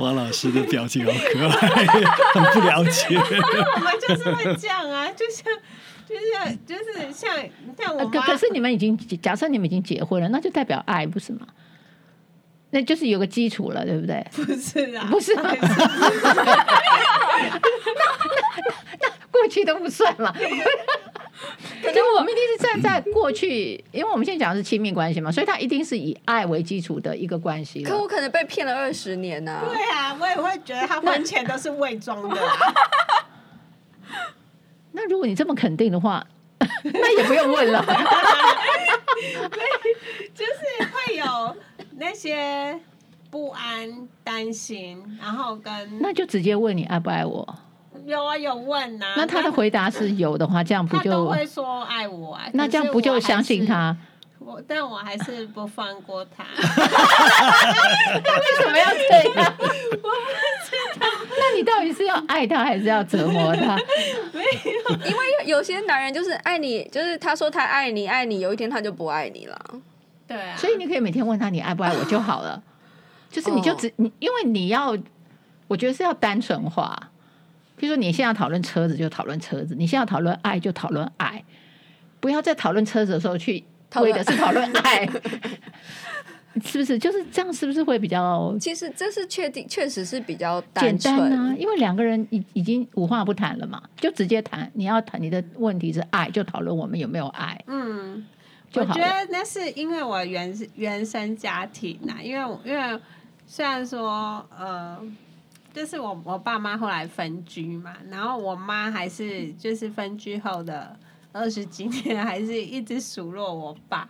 Speaker 4: 王老师的表情好可爱，很不了解。
Speaker 3: 我们就是会这样啊，就像就是就是像像我
Speaker 1: 呃可
Speaker 3: 妈，
Speaker 1: 可是你们已经假设你们已经结婚了，那就代表爱不是吗？那就是有个基础了，对不对？
Speaker 3: 不是啊，
Speaker 1: 不是吗过去都不算了。可是我们一定是站在过去，因为我们现在讲的是亲密关系嘛，所以它一定是以爱为基础的一个关系
Speaker 2: 可
Speaker 1: 了。
Speaker 2: 我可能被骗了二十年呐、
Speaker 3: 对啊，我也会觉得他婚前都是伪装的啊，
Speaker 1: 那如果你这么肯定的话， 那也不用问 了。
Speaker 3: 就是会有那些不安、担心，然后跟
Speaker 1: 那就直接问你爱不爱我。
Speaker 3: 有啊有问啊，
Speaker 1: 那他的回答是有的话，这样不
Speaker 3: 他都
Speaker 1: 就
Speaker 3: 会说爱我啊，
Speaker 1: 那
Speaker 3: 可
Speaker 1: 这样
Speaker 3: 是
Speaker 1: 不
Speaker 3: 我
Speaker 1: 就
Speaker 3: 还
Speaker 1: 相信
Speaker 3: 是？
Speaker 1: 他？
Speaker 3: 我但我还是不放过 他，
Speaker 1: 那为什么要这 样？ 那你到底是要爱他，还是要折磨他？
Speaker 2: 因为有有些男人就是爱你，就是他说他爱你爱你，有一天他就不爱你了。
Speaker 3: 对 啊，
Speaker 1: 所以你可以每天问他你爱不爱我就好了， 就是你
Speaker 3: 哦
Speaker 1: 就只你，因为你要，我觉得是要单纯化。比如说你现在要讨论车子就讨论车子，你现在要讨论爱就讨论爱，不要在讨论车子的时候去
Speaker 2: 讨
Speaker 1: 为
Speaker 2: 论
Speaker 1: 的是讨论 爱， 是不是？就是这样，是不是会比较
Speaker 2: 其实这是确定，确实是比较
Speaker 1: 简
Speaker 2: 单纯。
Speaker 1: 单啊，因为两个人已已经无话不谈了嘛，就直接谈。你要谈你的问题是爱，就讨论我们有没有爱
Speaker 3: 嗯，
Speaker 1: 就
Speaker 3: 我
Speaker 1: 好
Speaker 3: 觉
Speaker 1: 了。
Speaker 3: 得那是因为我原原生家庭呐、因为我因为虽然说呃，就是我我爸妈后来分居嘛，然后我妈还是
Speaker 1: 嗯
Speaker 3: 就是分居后的二十几年，还是一直数落我爸，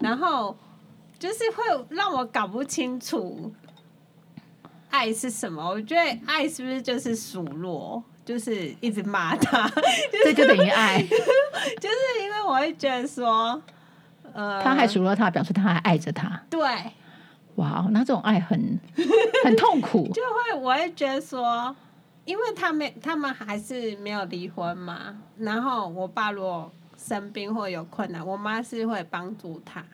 Speaker 3: 然后就是会让我搞不清楚爱是什么。我觉得爱是不是就是数落，就是一直骂他，
Speaker 1: 这就等于爱，
Speaker 3: 就是因为我会觉得说，呃，
Speaker 1: 他还数落他，表示他还爱着他。
Speaker 3: 对。
Speaker 1: 哇，那这种爱很 很痛苦。
Speaker 3: 就会我会觉得说，因为他们他们还是没有离婚嘛，然后我爸如果生病或有困难，我妈是会帮助他，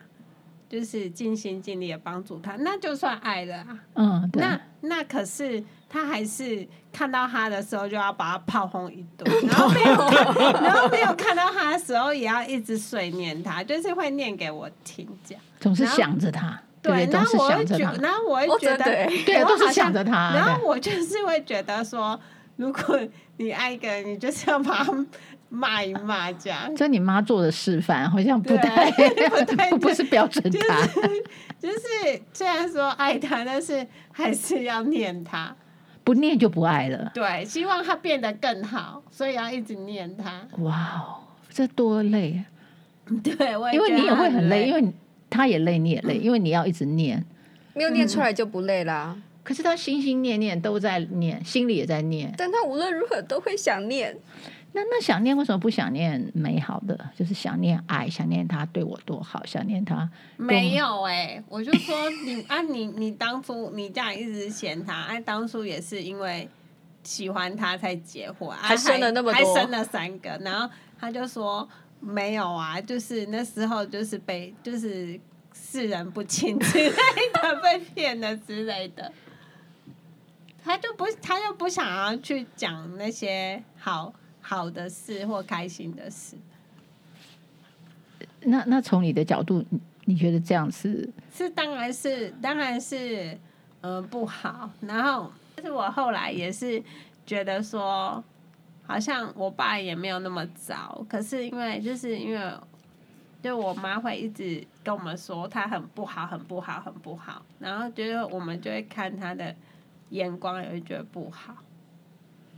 Speaker 3: 就是尽心尽力的帮助他，那就算爱了啊。
Speaker 1: 嗯，对。
Speaker 3: 那那可是他还是看到他的时候就要把他炮轰一 顿，然后没有然后没有看到他的时候也要一直碎念他，就是会念给我听这样。
Speaker 1: 总是
Speaker 3: 然后
Speaker 1: 想着他，对
Speaker 3: 对，
Speaker 1: 不对？总
Speaker 3: 然后
Speaker 1: 是
Speaker 3: 我
Speaker 1: 想
Speaker 3: 会
Speaker 1: 着
Speaker 3: 觉
Speaker 1: 他，，
Speaker 3: 然后我
Speaker 2: 我
Speaker 3: 会觉
Speaker 2: 真
Speaker 3: 得
Speaker 2: 的欸，
Speaker 1: 对，
Speaker 3: 我
Speaker 1: 都是
Speaker 3: 好
Speaker 1: 想
Speaker 3: 像
Speaker 1: 着他。
Speaker 3: 然后
Speaker 1: 啊对
Speaker 3: 我就是会觉得说， 如果你爱一个人，你就是要把他骂一骂，这样
Speaker 1: 这你妈做的示范好像不
Speaker 3: 对
Speaker 1: 太
Speaker 3: 不太
Speaker 1: 不是标准
Speaker 3: 就是
Speaker 1: 答案。
Speaker 3: 就是虽然说爱他，但是还是要念他。
Speaker 1: 不念就不爱了。
Speaker 3: 对，希望他变得更好，所以要一直念他。
Speaker 1: 哇哦，这多累啊！
Speaker 3: 对，我
Speaker 1: 因为
Speaker 3: 觉得
Speaker 1: 你也会很累，因
Speaker 3: 为
Speaker 1: 为他也累，你也
Speaker 3: 嗯
Speaker 1: 累，因为你要一直念。
Speaker 2: 没有念出来就不累啦。
Speaker 1: 可是他心心念念都在念，心里也在念。
Speaker 2: 但他无论如何都会想念。
Speaker 1: 那那想念为什么不想念美好的？就是想念爱，想念他对我多好，想念他
Speaker 3: 没有哎、我就说你啊你，你当初你这样一直嫌他，哎、当初也是因为喜欢他才结婚，啊、
Speaker 2: 还生了那么
Speaker 3: 还
Speaker 2: 多
Speaker 3: 生了三个，然后他就说没有啊，就是那时候就是被就是世人不清之类的， 被骗了之类的。他就不，他就不想要去讲那些好好的事或开心的事，
Speaker 1: 那那从你的角度，你你觉得这样是
Speaker 3: 是当然是当然是嗯、呃不好。然后，但是我后来也是觉得说，好像我爸也没有那么糟，可是因为就是因为。就我妈会一直跟我们说他很不好，很不好，很不好，然后就是我们就会看他的眼光，也会觉得不好。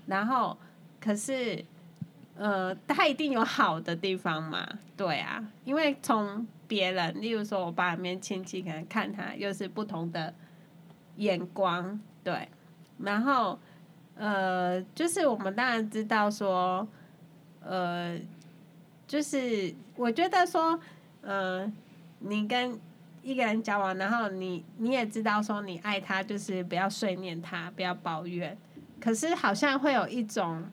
Speaker 3: 然后，可是，呃，他一定有好的地方嘛？对啊，因为从别人，例如说我爸那边亲戚，可能看他又是不同的眼光，对。然后，呃，就是我们当然知道说，呃，就是我觉得说，呃，你跟一个人交往，然后你你也知道说你爱他，就是不要碎念他，不要抱怨。可是好像会有一种，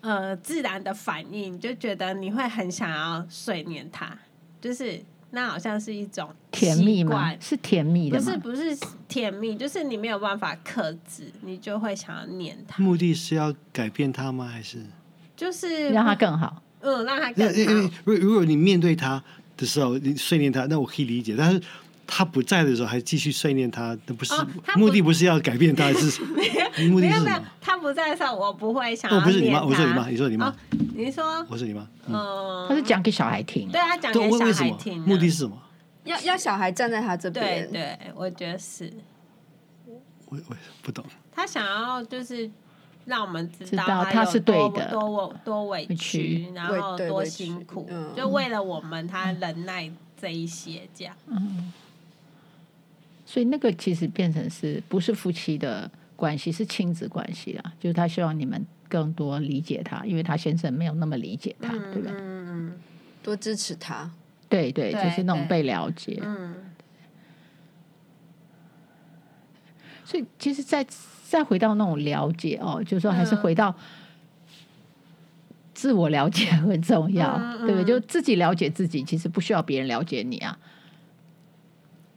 Speaker 3: 呃，自然的反应，就觉得你会很想要碎念他，就是那好像是一种
Speaker 1: 甜蜜
Speaker 3: 习
Speaker 1: 吗
Speaker 3: 惯？
Speaker 1: 是甜蜜的
Speaker 3: 不
Speaker 1: 吗？
Speaker 3: 是不是甜蜜，就是你没有办法克制，你就会想要念他，
Speaker 4: 目的是要改变他吗？还是
Speaker 3: 就是
Speaker 1: 让他更好。
Speaker 3: 嗯让他
Speaker 4: 那因为
Speaker 3: 更好。
Speaker 4: 如如果你面对他的时候，你碎念他，那我可以理解。但是他不在的时候还继续碎念他，那不是、
Speaker 3: 哦他不
Speaker 4: 目的，不是要改 变他，是你目的
Speaker 3: 没有
Speaker 4: 是什
Speaker 3: 没有
Speaker 4: 么？，
Speaker 3: 他不在的时候，我不会想要
Speaker 4: 哦，不是你
Speaker 3: 念
Speaker 4: 妈，我说你妈，
Speaker 3: 他
Speaker 4: 你说你妈
Speaker 3: 哦，你说
Speaker 4: 我说你妈。嗯，
Speaker 3: 嗯，
Speaker 1: 他是讲给小孩听，
Speaker 3: 对他讲
Speaker 4: 对，
Speaker 3: 给
Speaker 4: 为
Speaker 3: 小
Speaker 4: 为什
Speaker 3: 孩
Speaker 4: 么
Speaker 3: 听啊，
Speaker 4: 目的是什么？
Speaker 2: 要要小孩站在他这
Speaker 3: 对
Speaker 2: 边，
Speaker 3: 对，我觉得是
Speaker 4: 我我不懂。
Speaker 3: 他想要就是让我们知
Speaker 1: 知
Speaker 3: 道
Speaker 1: 道
Speaker 3: 他
Speaker 1: 他
Speaker 3: 有
Speaker 1: 是对
Speaker 3: 多
Speaker 1: 的
Speaker 3: 多委多委
Speaker 1: 委
Speaker 3: 屈
Speaker 1: 屈，
Speaker 3: 然
Speaker 2: 委
Speaker 3: 后
Speaker 2: 对
Speaker 3: 多
Speaker 2: 委
Speaker 3: 辛
Speaker 2: 屈
Speaker 3: 苦，
Speaker 2: 嗯
Speaker 3: 就为了我们他忍耐这一些这样。
Speaker 1: 嗯，所以那个其实变成是不是夫妻的关系，是亲子关系啦。就是他希望你们更多理解他，因为他先生没有那么理解他，对不对？
Speaker 3: 嗯
Speaker 2: 多支持他。
Speaker 1: 对对，
Speaker 3: 对
Speaker 1: 就是那种
Speaker 3: 对
Speaker 1: 被了解
Speaker 3: 嗯。嗯
Speaker 1: 所以其实再再回到那种了解哦，就是说还是
Speaker 3: 嗯
Speaker 1: 回到自我了解很重要，
Speaker 3: 嗯嗯
Speaker 1: 对不对？就自己了解自己，其实不需要别人了解你啊，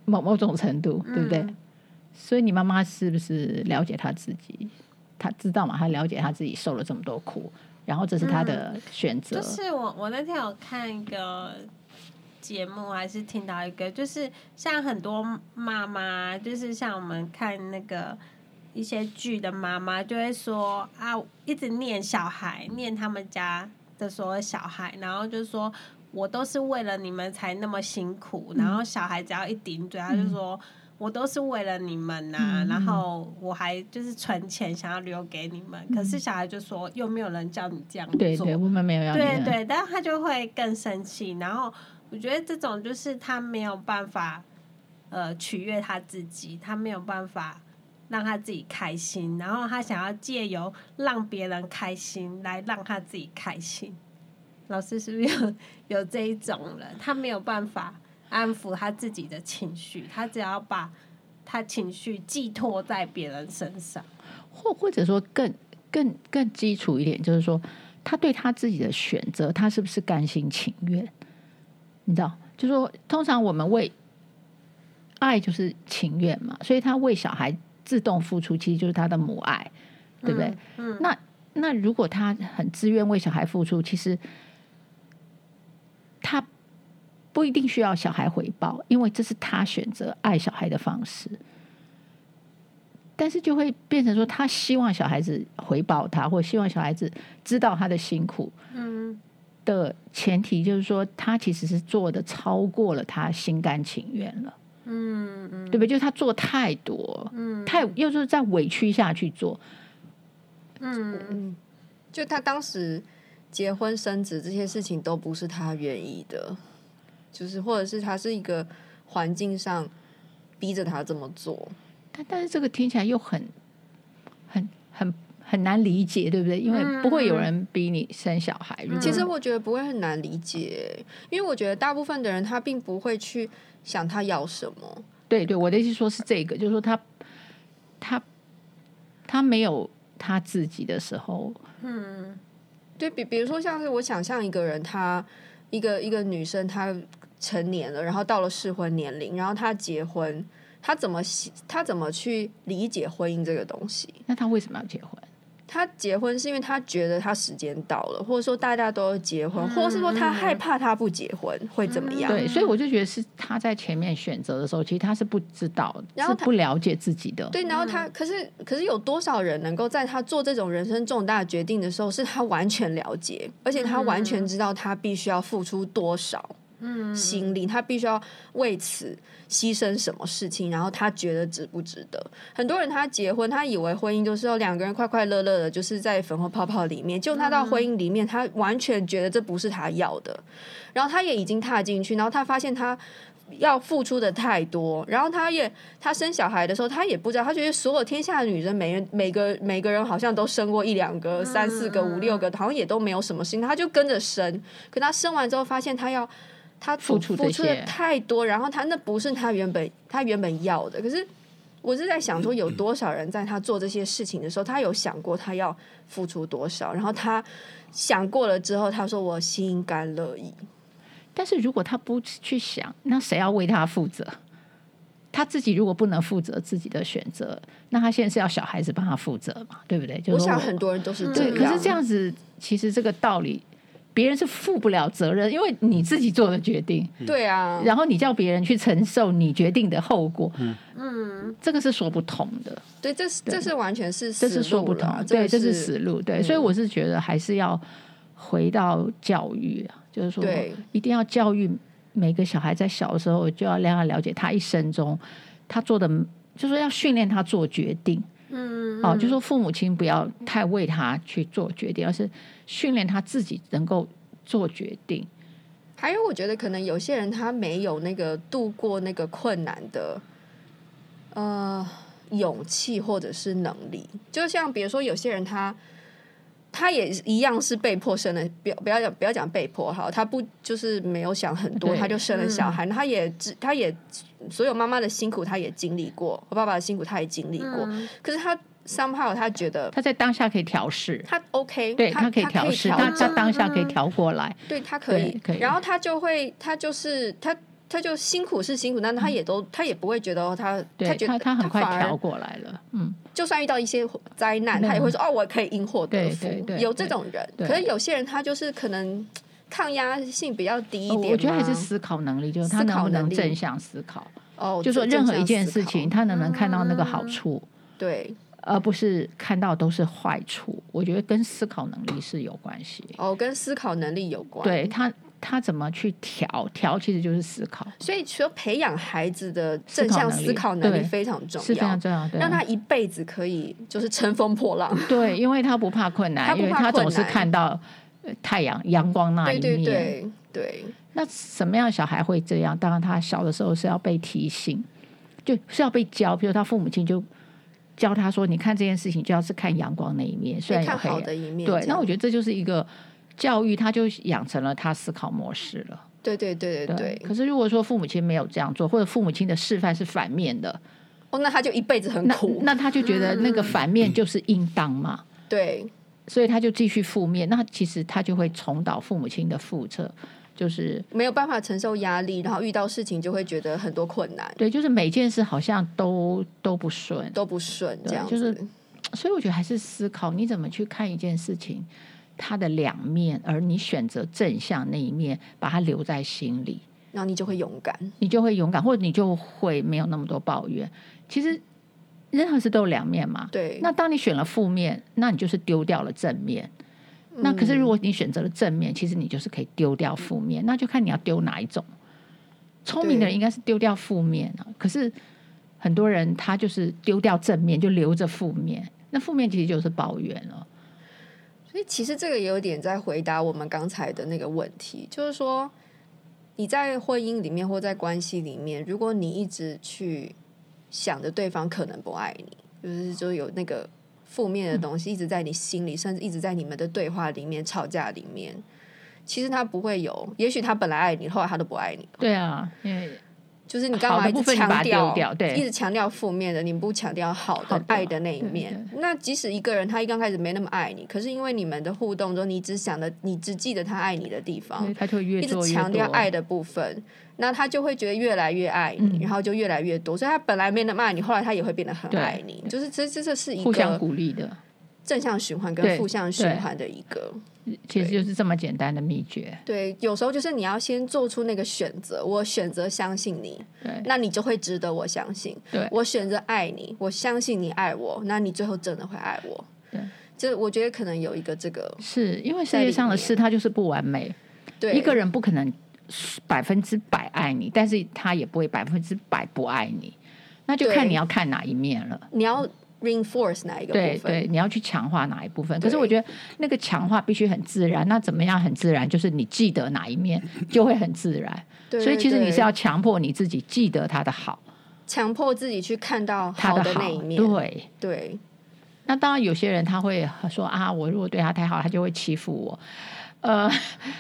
Speaker 1: 某某种程度，对不对？
Speaker 3: 嗯
Speaker 1: 所以你妈妈是不是了解她自己？她知道嘛？她了解她自己受了这么多苦，然后这是她的选择。
Speaker 3: 嗯就是我我那天有看一个节目，还是听到一个，就是像很多妈妈，就是像我们看那个一些剧的妈妈，就会说啊，一直念小孩，念他们家的所有小孩，然后就说。我都是为了你们才那么辛苦，然
Speaker 1: 嗯
Speaker 3: 后小孩只要一顶嘴，他就说：“我都是为了你们呐、
Speaker 1: 嗯嗯
Speaker 3: 然后我还就是存钱想要留给你们。可是小孩就说：“又没有人叫你这样做。”
Speaker 1: 嗯对对，我们没有要你
Speaker 3: 对
Speaker 2: 嗯
Speaker 1: 的
Speaker 3: 对，但他就会更生气。然后我觉得这种就是他没有办法呃取悦他自己，他没有办法让他自己开心，然后他想要借由让别人开心来让他自己开心。老师是不是有有这一种人？他没有办法安抚他自己的情绪，他只要把他情绪寄托在别人身上。
Speaker 1: 或或者说更更更基础一点，就是说他对他自己的选择，他是不是甘心情愿？你知道，就说通常我们为爱就是情愿嘛，所以他为小孩自动付出，其实就是他的母爱，对不对？
Speaker 3: 嗯？嗯，
Speaker 1: 那那如果他很自愿为小孩付出，其实他不一定需要小孩回报，因为这是他选择爱小孩的方式。但是就会变成说，他希望小孩子回报他，或希望小孩子知道他的辛苦
Speaker 3: 嗯
Speaker 1: 的前提，就是说他其实是做的超过了他心甘情愿了，
Speaker 3: 嗯嗯
Speaker 1: 对不对？就是他做太多，
Speaker 3: 嗯
Speaker 1: 太又是在委屈下去做，
Speaker 3: 嗯
Speaker 2: 嗯，就他当时结婚生子这些事情都不是他愿意的，就是或者是他是一个环境上逼着他这么做。
Speaker 1: 但但是这个听起来又很很很很难理解，对不对？因为
Speaker 3: 嗯
Speaker 1: 不会有人逼你生小孩。如果
Speaker 2: 其实我觉得不会很难理解，因为我觉得大部分的人他并不会去想他要什么。
Speaker 1: 对对，我的意思说是这个，就是说他他他没有他自己的时候，
Speaker 3: 嗯，
Speaker 2: 对比，比如说像是我想象一个人，她一个一个女生，她成年了，然后到了适婚年龄，然后她结婚，她怎么喜她怎么去理解婚姻这个东西？
Speaker 1: 那他为什么要结婚？
Speaker 2: 她结婚是因为她觉得她时间到了，或者说大家都要结婚，或者是说她害怕她不结婚会怎么样？
Speaker 1: 对，所以我就觉得是他在前面选择的时候，其实他是不知道，
Speaker 2: 然后
Speaker 1: 是
Speaker 2: 他
Speaker 1: 不了解自己的。
Speaker 2: 对，然后他可是可是有多少人能够在他做这种人生重大决定的时候，是他完全了解，而且他完全知道他必须要付出多少
Speaker 3: 嗯
Speaker 2: 心力，他必须要为此牺牲什么事情，然后他觉得值不值得？很多人他结婚，他以为婚姻就是要两个人快快乐乐的，就是在粉红泡泡里面，就他到婚姻里面，他完全觉得这不是他要的，然后他也已经踏进去，然后他发现他要付出的太多，然后他也他生小孩的时候，他也不知道，他觉得所有天下的女人，每人每个每个人好像都生过一两个、三四个、五六个，好像也都没有什么事情，他就跟着生，可他生完之后发现他要。他
Speaker 1: 付出这
Speaker 2: 付出的
Speaker 1: 些
Speaker 2: 太多，然后他那不是他原本他原本要的。可是我是在想说，有多少人在他做这些事情的时候，他有想过他要付出多少，然后他想过了之后，他说我心甘乐意。
Speaker 1: 但是如果他不去想，那谁要为他负责？他自己如果不能负责自己的选择，那他现在是要小孩子帮他负责嘛？对不对？就是
Speaker 2: 我
Speaker 1: 说
Speaker 2: 想很啊多人都是这
Speaker 1: 对，
Speaker 2: 样。
Speaker 1: 可是这样子，其实这个道理，别人是负不了责任，因为你自己做的决定，
Speaker 2: 对啊，
Speaker 1: 然后你叫别人去承受你决定的后果，
Speaker 3: 嗯，
Speaker 1: 这个是说不通的。
Speaker 2: 对，这是这是完全是
Speaker 1: 这
Speaker 2: 这
Speaker 1: 是说不通，对，这是嗯死路，对，所以我是觉得还是要回到教育啊，就是说
Speaker 2: 对，
Speaker 1: 一定要教育每个小孩在小的时候就要让他了解他一生中他做的，就是说要训练他做决定，嗯，哦，就说父母亲不要太为他去做决定，而是训练他自己能够做决定，
Speaker 2: 还有，我觉得可能有些人他没有那个度过那个困难的，呃，勇气或者是能力。就像比如说，有些人他他也一样是被迫生了，不要不要讲不要讲被迫哈，他不就是没有想很多，
Speaker 1: 对嗯
Speaker 2: 他就生了小孩，他也知他也所有妈妈的辛苦他也经历过，我爸爸的辛苦他也经历过，
Speaker 1: 嗯
Speaker 2: 可是他 somehow 他觉得。
Speaker 1: 他在当下可以调试。
Speaker 2: 他 OK，
Speaker 1: 对
Speaker 2: 他
Speaker 1: 可以调试，他
Speaker 2: 调嗯
Speaker 1: 他
Speaker 2: 整
Speaker 1: 当下可以调过来，
Speaker 2: 对他可以
Speaker 1: 对，可以
Speaker 2: 然后他就会，他就是他，他就辛苦是辛苦，但他也都，他也不会觉得哦，他
Speaker 1: 对
Speaker 2: 觉
Speaker 1: 他
Speaker 2: 得
Speaker 1: 他很快
Speaker 2: 反而
Speaker 1: 调过来了，嗯，
Speaker 2: 就算遇到一些灾难，
Speaker 1: 嗯
Speaker 2: 他也会说哦，我可以因祸得福
Speaker 1: 对对对。
Speaker 2: 有这种人，
Speaker 1: 对
Speaker 2: 可是有些人他就是可能抗压性比较低一
Speaker 1: 哦
Speaker 2: 点嘛，
Speaker 1: 我觉得还是思考能力，就是他
Speaker 2: 思
Speaker 1: 能
Speaker 2: 考
Speaker 1: 不能
Speaker 2: 能力
Speaker 1: 正向思考，
Speaker 2: 哦，
Speaker 1: 就说
Speaker 2: 正
Speaker 1: 任何一
Speaker 2: 向
Speaker 1: 件
Speaker 2: 思
Speaker 1: 事
Speaker 2: 考嗯
Speaker 1: 情，他能不能看到那个好处，
Speaker 2: 对。
Speaker 1: 而不是看到都是坏处。我觉得跟思考能力是有关系。
Speaker 2: 哦，跟思考能力有关。
Speaker 1: 对他，他怎么去调？调其实就是思考，
Speaker 2: 所以说培养孩子的
Speaker 1: 思
Speaker 2: 正
Speaker 1: 考
Speaker 2: 向
Speaker 1: 能力
Speaker 2: 思考能力
Speaker 1: 对
Speaker 2: 非常重
Speaker 1: 是非
Speaker 2: 要
Speaker 1: 常，重要的。
Speaker 2: 让他一辈子可以就是乘风破浪。
Speaker 1: 对，因为他不怕困
Speaker 2: 他
Speaker 1: 难，
Speaker 2: 不
Speaker 1: 因为
Speaker 2: 怕
Speaker 1: 他总
Speaker 2: 困
Speaker 1: 是
Speaker 2: 难
Speaker 1: 看到呃太阳阳光那一
Speaker 2: 对
Speaker 1: 面。
Speaker 2: 对对对，
Speaker 1: 那什么样的小孩会这样？当然，他小的时候是要被提醒，就是要被教。比如他父母亲就教他说：“你看这件事情，就要是看阳光那一面，虽然
Speaker 2: 被
Speaker 1: 有
Speaker 2: 看
Speaker 1: 黑
Speaker 2: 好
Speaker 1: 暗。
Speaker 2: 的一”面这样。
Speaker 1: 对，那我觉得这就是一个教育，他就养成了他思考模式了。
Speaker 2: 对对对对对，
Speaker 1: 可是如果说父母亲没有这样做，或者父母亲的示范是反面 的，
Speaker 2: 哦，那他就一辈子很
Speaker 1: 那
Speaker 2: 苦。
Speaker 1: 那他就觉得那个反面就是应当嘛。
Speaker 2: 对
Speaker 1: 所以他就继续负面，那其实他就会重蹈父母亲的覆辙，就是
Speaker 2: 没有办法承受压力，然后遇到事情就会觉得很多困难，
Speaker 1: 对，就是每件事好像都都不顺，
Speaker 2: 都不顺
Speaker 1: 对
Speaker 2: 这样子。
Speaker 1: 就是所以我觉得还是思考你怎么去看一件事情它的两面，而你选择正向那一面，把它留在心里，
Speaker 2: 然后你就会勇敢。
Speaker 1: 你就会勇敢，或者你就会没有那么多抱怨。其实任何事都有两面嘛。
Speaker 2: 对，
Speaker 1: 那当你选了负面，那你就是丢掉了正面。那可是如果你选择了正
Speaker 2: 嗯
Speaker 1: 面，其实你就是可以丢掉负面，那就看你要丢哪一种。聪明的人
Speaker 2: 对
Speaker 1: 应该是丢掉负面啊，可是很多人他就是丢掉正面，就留着负面。那负面其实就是抱怨了。
Speaker 2: 所以其实这个也有点在回答我们刚才的那个问题，就是说你在婚姻里面或在关系里面，如果你一直去想着对方可能不爱你，就是就有那个负面的东西一直在你心里，甚至一直在你们的对话里面、吵架里面。其实他不会有，也许他本来爱你，后来他都不爱你。
Speaker 1: 对啊，因为
Speaker 2: 就是你干嘛一
Speaker 1: 好的部
Speaker 2: 直
Speaker 1: 分你把
Speaker 2: 强
Speaker 1: 它
Speaker 2: 调
Speaker 1: 丢掉对
Speaker 2: 一直强调负面的，你不强调好
Speaker 1: 好
Speaker 2: 的
Speaker 1: 的
Speaker 2: 爱的那一面
Speaker 1: 对。
Speaker 2: 那即使一个人他一刚开始没那么爱你，可是因为你们的互动中，你只想的，你只记得他爱你的地
Speaker 1: 因为
Speaker 2: 方，
Speaker 1: 他就会越
Speaker 2: 哦一直
Speaker 1: 做越多，
Speaker 2: 强调爱的部分，那他就会觉得越来越爱
Speaker 1: 嗯
Speaker 2: 你，然后就越来越多。所以他本来没那么爱你，后来他也会变得很
Speaker 1: 对
Speaker 2: 爱你。就是其实这这是一
Speaker 1: 互相
Speaker 2: 个
Speaker 1: 鼓励的，
Speaker 2: 正向循环跟
Speaker 1: 对
Speaker 2: 负向循
Speaker 1: 对
Speaker 2: 环的一个。
Speaker 1: 其实就是这么简单的秘诀。
Speaker 2: 对，有时候就是你要先做出那个选择，我选择相信你，
Speaker 1: 对
Speaker 2: 那你就会值得我相信。
Speaker 1: 对
Speaker 2: 我选择爱你，我相信你爱我，那你最后真的会爱我。
Speaker 1: 对，
Speaker 2: 这我觉得可能有一个这个
Speaker 1: 是因为世
Speaker 2: 在里
Speaker 1: 界上的
Speaker 2: 面
Speaker 1: 事它就是不完美，
Speaker 2: 对
Speaker 1: 一个人不可能百分之百爱你，但是他也不会百分之百不爱你，那就看
Speaker 2: 对
Speaker 1: 你要看哪一面了。
Speaker 2: 你要 reinforce 哪一个
Speaker 1: 对
Speaker 2: 部
Speaker 1: 对，
Speaker 2: 分？
Speaker 1: 你要去强化哪一部分？可是
Speaker 2: 对
Speaker 1: 我觉得那个强化必须很自然。那怎么样很自然？就是你记得哪一面就会很自然。
Speaker 2: 对
Speaker 1: 所以其实
Speaker 2: 对
Speaker 1: 你是要强迫你自己记得他的好，
Speaker 2: 强迫自己去看到
Speaker 1: 他
Speaker 2: 好的
Speaker 1: 好
Speaker 2: 那一。面。
Speaker 1: 对。
Speaker 2: 对
Speaker 1: 那当然，有些人他会说啊，我如果对他太好，他就会欺负我。呃，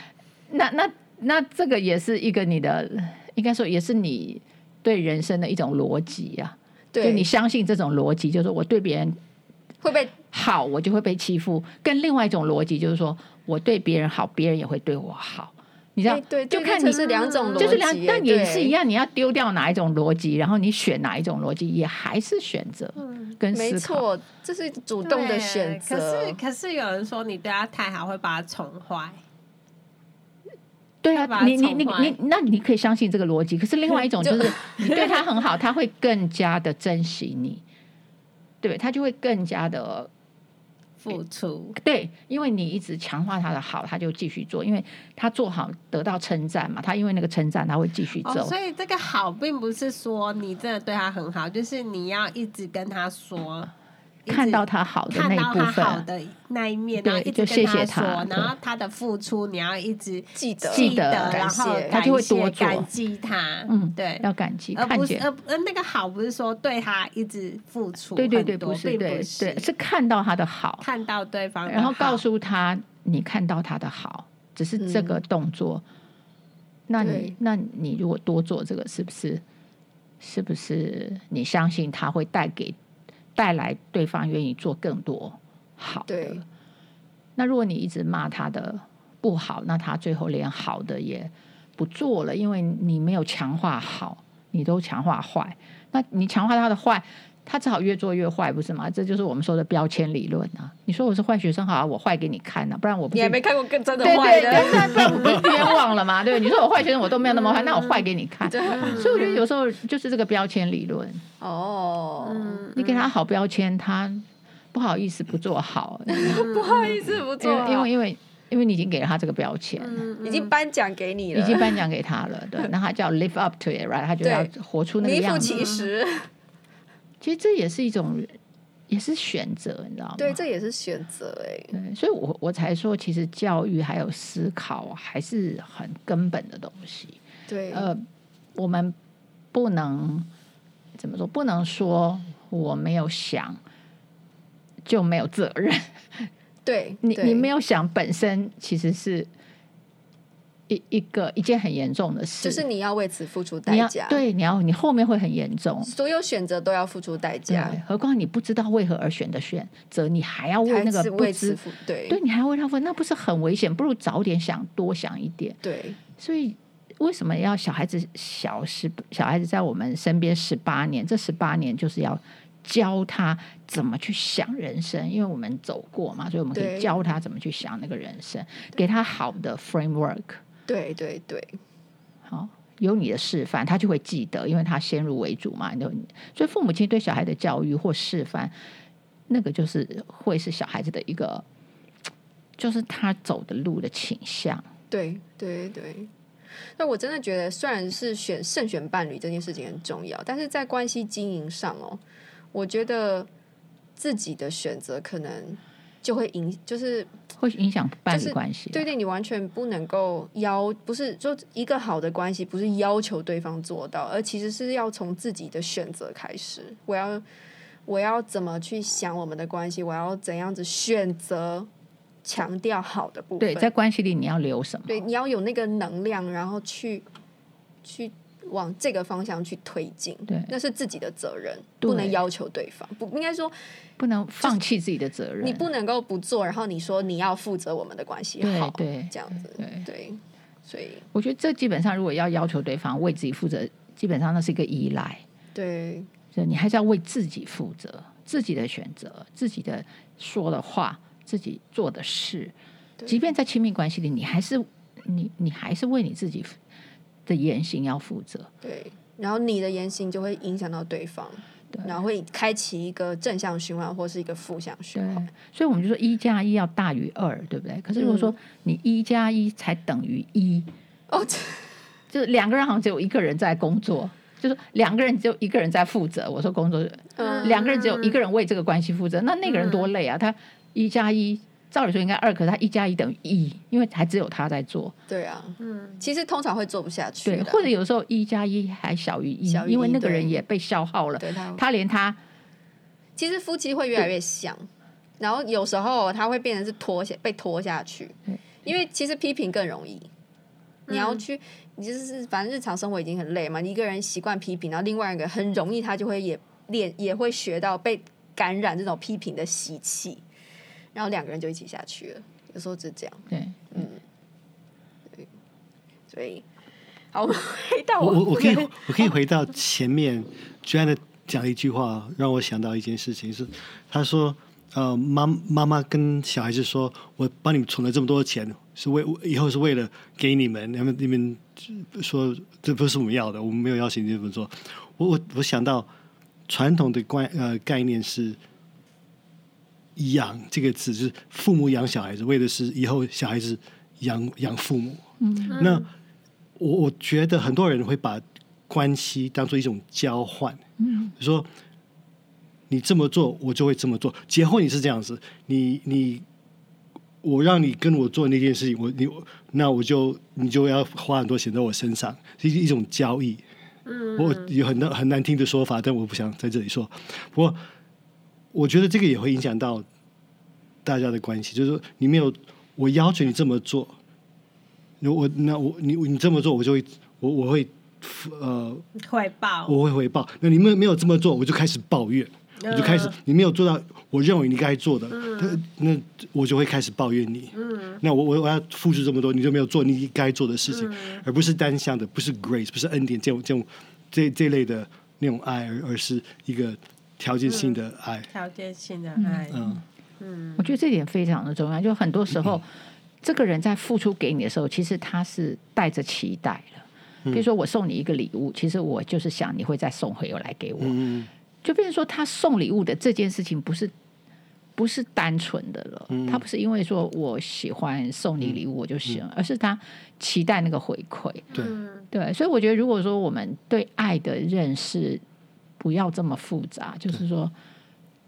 Speaker 1: 那那那这个也是一个你的，应该说也是你对人生的一种逻辑啊。就
Speaker 2: 对，
Speaker 1: 你相信这种逻辑，就是说我对别人
Speaker 2: 会被
Speaker 1: 好，我就会被欺负；跟另外一种逻辑就是说，我对别人好，别人也会对我好。你知道，
Speaker 2: 对对，
Speaker 1: 就
Speaker 2: 哎对
Speaker 1: 看
Speaker 2: 这
Speaker 1: 你
Speaker 2: 是两种逻辑
Speaker 1: 就
Speaker 2: 耶，
Speaker 1: 是两，但也
Speaker 2: 对
Speaker 1: 是一。样，你要丢掉哪一种逻辑，然后你选哪一种逻辑，也还是选择
Speaker 3: 嗯
Speaker 1: 跟
Speaker 2: 没
Speaker 1: 思考。
Speaker 2: 错，这是主动的
Speaker 3: 对啊
Speaker 2: 选择。
Speaker 3: 可是可是有人说你对他太好会把他宠坏，
Speaker 1: 对啊
Speaker 3: 把，它
Speaker 1: 你你你
Speaker 3: 宠坏
Speaker 1: 你，那你可以相信这个逻辑。可是另外一 种就是，你对他很好，他会更加的珍惜你，对，他就会更加的
Speaker 3: 付出。
Speaker 1: 对，因为你一直强化他的好，他就继续做，因为他做好得到称赞嘛，他因为那个称赞他会继续
Speaker 3: 哦
Speaker 1: 走，，
Speaker 3: 所以这个好并不是说你真的对他很好，就是你要一直跟他说，一直
Speaker 1: 看到他好的那
Speaker 3: 看
Speaker 1: 一
Speaker 3: 到
Speaker 1: 部
Speaker 3: 他好
Speaker 1: 分，
Speaker 3: 的那一面，
Speaker 1: 对
Speaker 3: 然后一直
Speaker 1: 就谢
Speaker 3: 跟
Speaker 1: 谢
Speaker 3: 说，
Speaker 1: 他对
Speaker 3: 然后他的付出你要一直
Speaker 2: 记得
Speaker 1: 记得
Speaker 3: 然
Speaker 2: 感谢
Speaker 3: 后
Speaker 1: 他就会
Speaker 3: 感谢
Speaker 1: 多做
Speaker 3: 感激他，
Speaker 1: 嗯
Speaker 3: 对，
Speaker 1: 要感激，
Speaker 3: 而
Speaker 1: 看
Speaker 3: 不是
Speaker 1: 见，
Speaker 3: 而不呃那个好不是说对他一直付出
Speaker 1: 对
Speaker 3: 很多，
Speaker 1: 对对，不是
Speaker 3: 并
Speaker 1: 对对，
Speaker 3: 是
Speaker 1: 是看到他的好，
Speaker 3: 看到对方啊的好，
Speaker 1: 然后告诉他你看到他的好，只是这个动作，那你
Speaker 2: 对
Speaker 1: 那你如果多做这个，是不是是不是你相信他会带给带来对方愿意做更多好的
Speaker 2: 对？
Speaker 1: 那如果你一直骂他的不好，那他最后连好的也不做了，因为你没有强化好，你都强化坏。那你强化他的坏，他只好越做越坏，不是吗？这就是我们说的标签理论啊。你说我是坏学生，好、啊，我坏给你看啊，不然我不
Speaker 2: 你
Speaker 1: 是
Speaker 2: 还没看过更真的
Speaker 1: 对
Speaker 2: 坏
Speaker 1: 对，
Speaker 2: 的，
Speaker 1: 那那那我不是冤枉了吗？对，你说我坏学生，我都没有那么坏，那我坏给你看。
Speaker 2: 对啊
Speaker 1: 所以我觉得有时候就是这个标签理论，
Speaker 2: 哦，
Speaker 3: 嗯，
Speaker 1: 你给他好标签，他不好意思不做好，
Speaker 2: 不好意思，嗯不做
Speaker 1: 因
Speaker 2: 啊，
Speaker 1: 为因为因为因为你已经给了他这个标签，
Speaker 3: 嗯
Speaker 2: 已经颁奖给你了，
Speaker 1: 已经颁奖给他了， 对，那他叫 live up to it，right？他就要
Speaker 2: 对
Speaker 1: 活出那个
Speaker 2: 名副
Speaker 1: 样子。
Speaker 2: 其实。
Speaker 1: 其实这也是一种，也是选择，你知道吗？
Speaker 2: 对，这也是选择哎、
Speaker 1: 对，所以我我才说，其实教育还有思考还是很根本的东西。
Speaker 2: 对，
Speaker 1: 呃，我们不能怎么说？不能说我没有想就没有责任。
Speaker 2: 对，
Speaker 1: 你你没
Speaker 2: 有，
Speaker 1: 有想本身其实是一一个一件很严重的事，
Speaker 2: 就是你要为此付出
Speaker 1: 你
Speaker 2: 代
Speaker 1: 要
Speaker 2: 价，，
Speaker 1: 对你要你后面会很严重。
Speaker 2: 所有选择都要付出代
Speaker 1: 对
Speaker 2: 价，，
Speaker 1: 何况你不知道为何而选的选择，你还要为
Speaker 2: 还
Speaker 1: 那个
Speaker 2: 是
Speaker 1: 不
Speaker 2: 为此
Speaker 1: 知，
Speaker 2: 付，对
Speaker 1: 对你还要为他问，那不是很危险？不如早点想，多想一点。
Speaker 2: 对
Speaker 1: 所以为什么要小孩子小十小孩子在我们身边十八年？这十八年就是要教他怎么去想人生，因为我们走过嘛，所以我们可以
Speaker 2: 对
Speaker 1: 教他怎么去想那个人生，给他好的 framework，
Speaker 2: 对对对，
Speaker 1: 好。有你的示范，他就会记得，因为他先入为主嘛。你就所以父母亲对小孩的教育或示范，那个就是会是小孩子的一个，就是他走的路的倾向。
Speaker 2: 对对对。那我真的觉得，虽然是选慎选伴侣这件事情很重要，但是在关系经营上哦，我觉得自己的选择可能就会影，就是
Speaker 1: 会影响伴
Speaker 2: 就
Speaker 1: 侣
Speaker 2: 是
Speaker 1: 关系、
Speaker 2: 对对，你完全不能够要，不是就一个好的关系，不是要求对方做到，而其实是要从自己的选择开始。我要，我要怎么去想我们的关系，我要怎样子选择强调好的部分。
Speaker 1: 对，在关系里你要留什么？
Speaker 2: 对，你要有那个能量，然后去去往这个方向去推进。
Speaker 1: 对
Speaker 2: 那是自己的责任，
Speaker 1: 对
Speaker 2: 不能要求对方。不应该说
Speaker 1: 不能放弃自己的责任。
Speaker 2: 你不能够不做，然后你说你要负责我们的关系
Speaker 1: 对
Speaker 2: 好，
Speaker 1: 对
Speaker 2: 这样子，
Speaker 1: 对
Speaker 2: 对，所以
Speaker 1: 我觉得这基本上如果要要求对方为自己负责，基本上那是一个依赖，
Speaker 2: 对
Speaker 1: 就你还是要为自己负责，自己的选择、自己的说的话、自己做的事，
Speaker 2: 对
Speaker 1: 即便在亲密关系里，你还是你你还是为你自己的言行要负责。
Speaker 2: 对，然后你的言行就会影响到对方，
Speaker 1: 对
Speaker 2: 然后会开启一个正向循环或是一个负向循
Speaker 1: 对
Speaker 2: 环，，
Speaker 1: 所以我们就说一加一要大于二，对不对？可是如果说
Speaker 2: 嗯
Speaker 1: 你一加一才等于一，
Speaker 2: 哦，这
Speaker 1: 就是两个人好像只有一个人在工作，就是两个人只有一个人在负责。我说工作，
Speaker 2: 嗯
Speaker 1: 两个人只有一个人为这个关系负责，那那个人多累啊！他一加一，照理说应该二，可是他一加一等于一，因为还只有他在做。
Speaker 2: 对啊，
Speaker 3: 嗯，
Speaker 2: 其实通常会做不下去
Speaker 1: 对，
Speaker 2: 的，
Speaker 1: 或者有时候一加一还小于一
Speaker 2: 小，于
Speaker 1: 因为
Speaker 2: 一
Speaker 1: 那个
Speaker 2: 对
Speaker 1: 人也被消耗了，
Speaker 2: 对他
Speaker 1: 他连他
Speaker 2: 其实夫妻会越来越像，然后有时候他会变成是拖下被拖下去
Speaker 1: 对，
Speaker 2: 因为其实批评更容易。你要去，你就是反正日常生活已经很累嘛，你一个人习惯批评，然后另外一个很容易他就会也练也会学到被感染这种批评的习气，然后两个人就一起下去了。有时候是这样，
Speaker 1: 对
Speaker 2: 所以好，我们回到
Speaker 4: 我我我可以
Speaker 2: 们
Speaker 4: 我可以回到前面 Joanna 讲了一句话，让我想到一件事情是，她说呃妈妈妈跟小孩子说，我帮你们存了这么多钱，是为以后是为了给你们，你们你们说这不是我们要的，我们没有邀请你们做。我我我想到传统的观呃概念是。养这个字就是父母养小孩子，为的是以后小孩子养养父母。
Speaker 1: 嗯
Speaker 4: 那我我觉得很多人会把关系当做一种交换，
Speaker 1: 嗯，
Speaker 4: 说你这么做，我就会这么做。结婚也是这样子，你你我让你跟我做那件事情，我你那我就你就要花很多钱在我身上，是一一种交易。
Speaker 3: 嗯
Speaker 4: 我有很多很难听的说法，但我不想在这里说。不过，我觉得这个也会影响到大家的关系，就是说你没有我要求你这么做，如我那我你你这么做，我就会我我会呃
Speaker 3: 会爆，
Speaker 4: 我会回报。那你们没有这么做，我就开始抱怨，我就开始
Speaker 3: 嗯
Speaker 4: 你没有做到我认为你该做的，那那我就会开始抱怨你。
Speaker 3: 嗯
Speaker 4: 那我我我要付出这么多，你就没有做你该做的事情，
Speaker 3: 嗯
Speaker 4: 而不是单向的，不是 grace，不是恩典这种这种这这类的那种爱，而而是一个条件性
Speaker 3: 嗯
Speaker 4: 的爱。
Speaker 3: 条件性的爱，
Speaker 4: 嗯，
Speaker 3: 嗯
Speaker 1: 我觉得这点非常的重要。就很多时候，
Speaker 2: 嗯
Speaker 1: 这个人在付出给你的时候，其实他是带着期待的。
Speaker 2: 嗯
Speaker 1: 比如说，我送你一个礼物，其实我就是想你会再送回来给我。
Speaker 4: 嗯
Speaker 1: 就变成说他送礼物的这件事情不是不是单纯的了，
Speaker 4: 嗯
Speaker 1: 他不是因为说我喜欢送你礼物我就行，而是他期待那个回馈。
Speaker 4: 对
Speaker 3: 嗯
Speaker 1: 对，所以我觉得如果说我们对爱的认识不要这么复杂，就是说，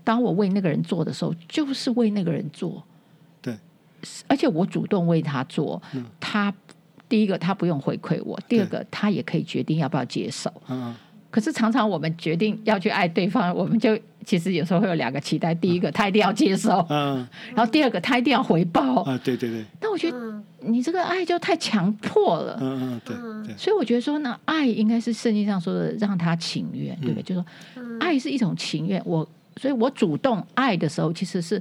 Speaker 1: 当我为那个人做的时候，就是为那个人做。
Speaker 4: 对，
Speaker 1: 而且我主动为他做，他第一个他不用回馈我，第二个他也可以决定要不要接受。
Speaker 4: 嗯
Speaker 1: 可是常常我们决定要去爱对方，我们就其实有时候会有两个期待：第一个他一定要接受，
Speaker 4: 嗯
Speaker 1: 然后第二个他一定要回报。
Speaker 4: 啊，对对对，
Speaker 1: 那我觉得
Speaker 3: 嗯
Speaker 1: 你这个爱就太强迫了。
Speaker 4: 嗯嗯对对，
Speaker 1: 所以我觉得说呢，爱应该是圣经上说的让他情
Speaker 4: 嗯
Speaker 1: 愿，对不对？就是说，爱是一种情愿。我所以，我主动爱的时候，其实是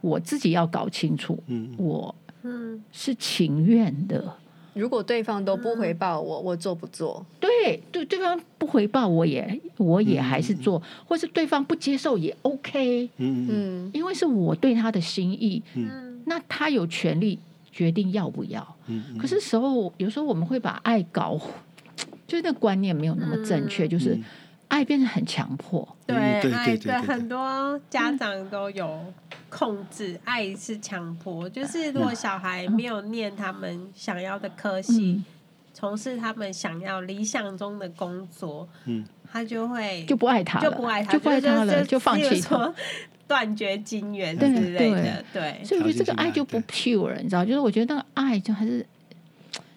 Speaker 1: 我自己要搞清楚，
Speaker 4: 嗯
Speaker 1: 我
Speaker 3: 嗯
Speaker 1: 是情愿的。
Speaker 2: 如果对方都不回报我，
Speaker 4: 嗯
Speaker 2: 我做不做？
Speaker 1: 对对，对方不回报，我也我也还是做，或是对方不接受也 OK。
Speaker 4: 嗯嗯
Speaker 2: 嗯，
Speaker 1: 因为是我对他的心意，
Speaker 3: 嗯
Speaker 1: 那他有权利决定要不要。
Speaker 4: 嗯，
Speaker 1: 可是时候有时候我们会把爱搞，就是那个观念没有那么正确，就是爱变得很强迫。
Speaker 3: 对
Speaker 4: 嗯对
Speaker 3: 爱
Speaker 4: 对对
Speaker 3: 对
Speaker 4: 对
Speaker 3: 很多家长都有控制，爱是强迫，就是
Speaker 1: 嗯
Speaker 3: 如果小孩没有念他们想要的科系，
Speaker 1: 嗯，
Speaker 3: 从事他们想要理想中的工作，
Speaker 4: 嗯
Speaker 3: 他就会
Speaker 1: 就不爱他了，
Speaker 3: 就不爱他，
Speaker 1: 就不爱他了，就放
Speaker 3: 例
Speaker 1: 弃
Speaker 3: 如
Speaker 1: 他。
Speaker 3: 说断绝金源之
Speaker 1: 对
Speaker 3: 类的，对，
Speaker 1: 所以我觉得这个爱就不
Speaker 4: 条
Speaker 1: pure，你知道？就是我觉得那个爱就还是。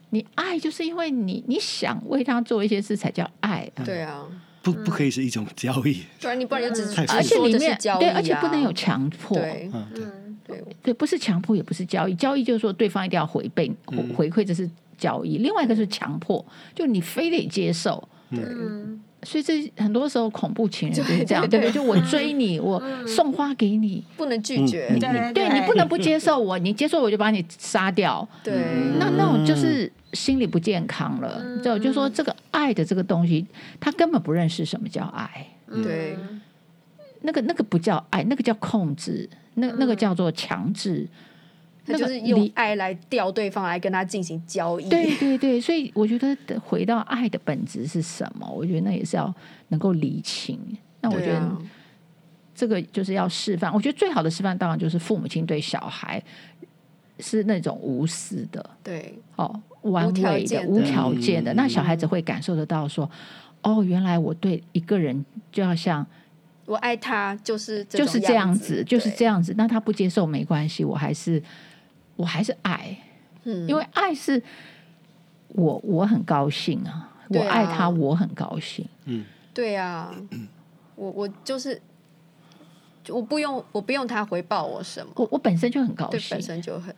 Speaker 1: 你爱就是因为你你想为他做一些事才叫爱、啊，
Speaker 2: 对啊，
Speaker 4: 不不可以是一种交易。
Speaker 2: 对啊，你不然就只
Speaker 3: 嗯
Speaker 2: 只
Speaker 1: 而且
Speaker 2: 说
Speaker 1: 里
Speaker 2: 这是
Speaker 1: 面
Speaker 2: 交易啊，
Speaker 1: 对，而且不能有强迫，
Speaker 2: 对
Speaker 4: 嗯，对，
Speaker 3: 嗯，
Speaker 2: 对，
Speaker 1: 对，不是强迫，也不是交易，交易就是说对方一定要回馈
Speaker 4: 嗯
Speaker 1: 回馈，这是交易；另外一个是强迫，就你非得接受。
Speaker 3: 嗯，
Speaker 1: 所以这很多时候恐怖情人就是
Speaker 2: 对
Speaker 1: 这样，
Speaker 2: 对嗯
Speaker 1: 对不对？就我追你，我送花给你，
Speaker 2: 不能拒绝，
Speaker 4: 嗯
Speaker 3: 对
Speaker 4: 嗯
Speaker 1: 对你不能不接受我，你接受我就把你杀掉。
Speaker 2: 对，
Speaker 1: 那那种就是心理不健康了。
Speaker 2: 嗯
Speaker 1: 就就说这个爱的这个东西，他根本不认识什么叫爱，
Speaker 2: 对
Speaker 3: 嗯
Speaker 1: 那个那个不叫爱，那个叫控制，那那个叫做强制。
Speaker 2: 他
Speaker 1: 那
Speaker 2: 嗯就
Speaker 1: 个
Speaker 2: 是
Speaker 1: 离
Speaker 2: 用爱来钓对方，来跟他进行交易。
Speaker 1: 对对对，所以我觉得回到爱的本质是什么，我觉得那也是要能够理清。那我觉
Speaker 2: 对
Speaker 1: 得
Speaker 2: 啊，
Speaker 1: 这个就是要示范，我觉得最好的示范当然就是父母亲对小孩是那种无私的
Speaker 2: 对
Speaker 1: 哦，完
Speaker 2: 条
Speaker 1: 美的、
Speaker 2: 件的
Speaker 1: 无条件的，
Speaker 4: 嗯
Speaker 1: 那小孩子会感受得到说，哦，原来我对一个人就要像
Speaker 2: 我爱他就是
Speaker 1: 就
Speaker 2: 种
Speaker 1: 是这样
Speaker 2: 子
Speaker 1: 子，，就是这
Speaker 2: 样，
Speaker 1: 样子。那他不接受没关系，我还是我还是爱，
Speaker 2: 嗯
Speaker 1: 因为爱是我我很高兴啊，我
Speaker 2: 对啊
Speaker 1: 爱他，我很高兴。
Speaker 4: 嗯，
Speaker 2: 对啊，我我就是我不用我不用他回报我什么，
Speaker 1: 我我本身就很高
Speaker 2: 对，
Speaker 1: 兴
Speaker 2: 本，身就很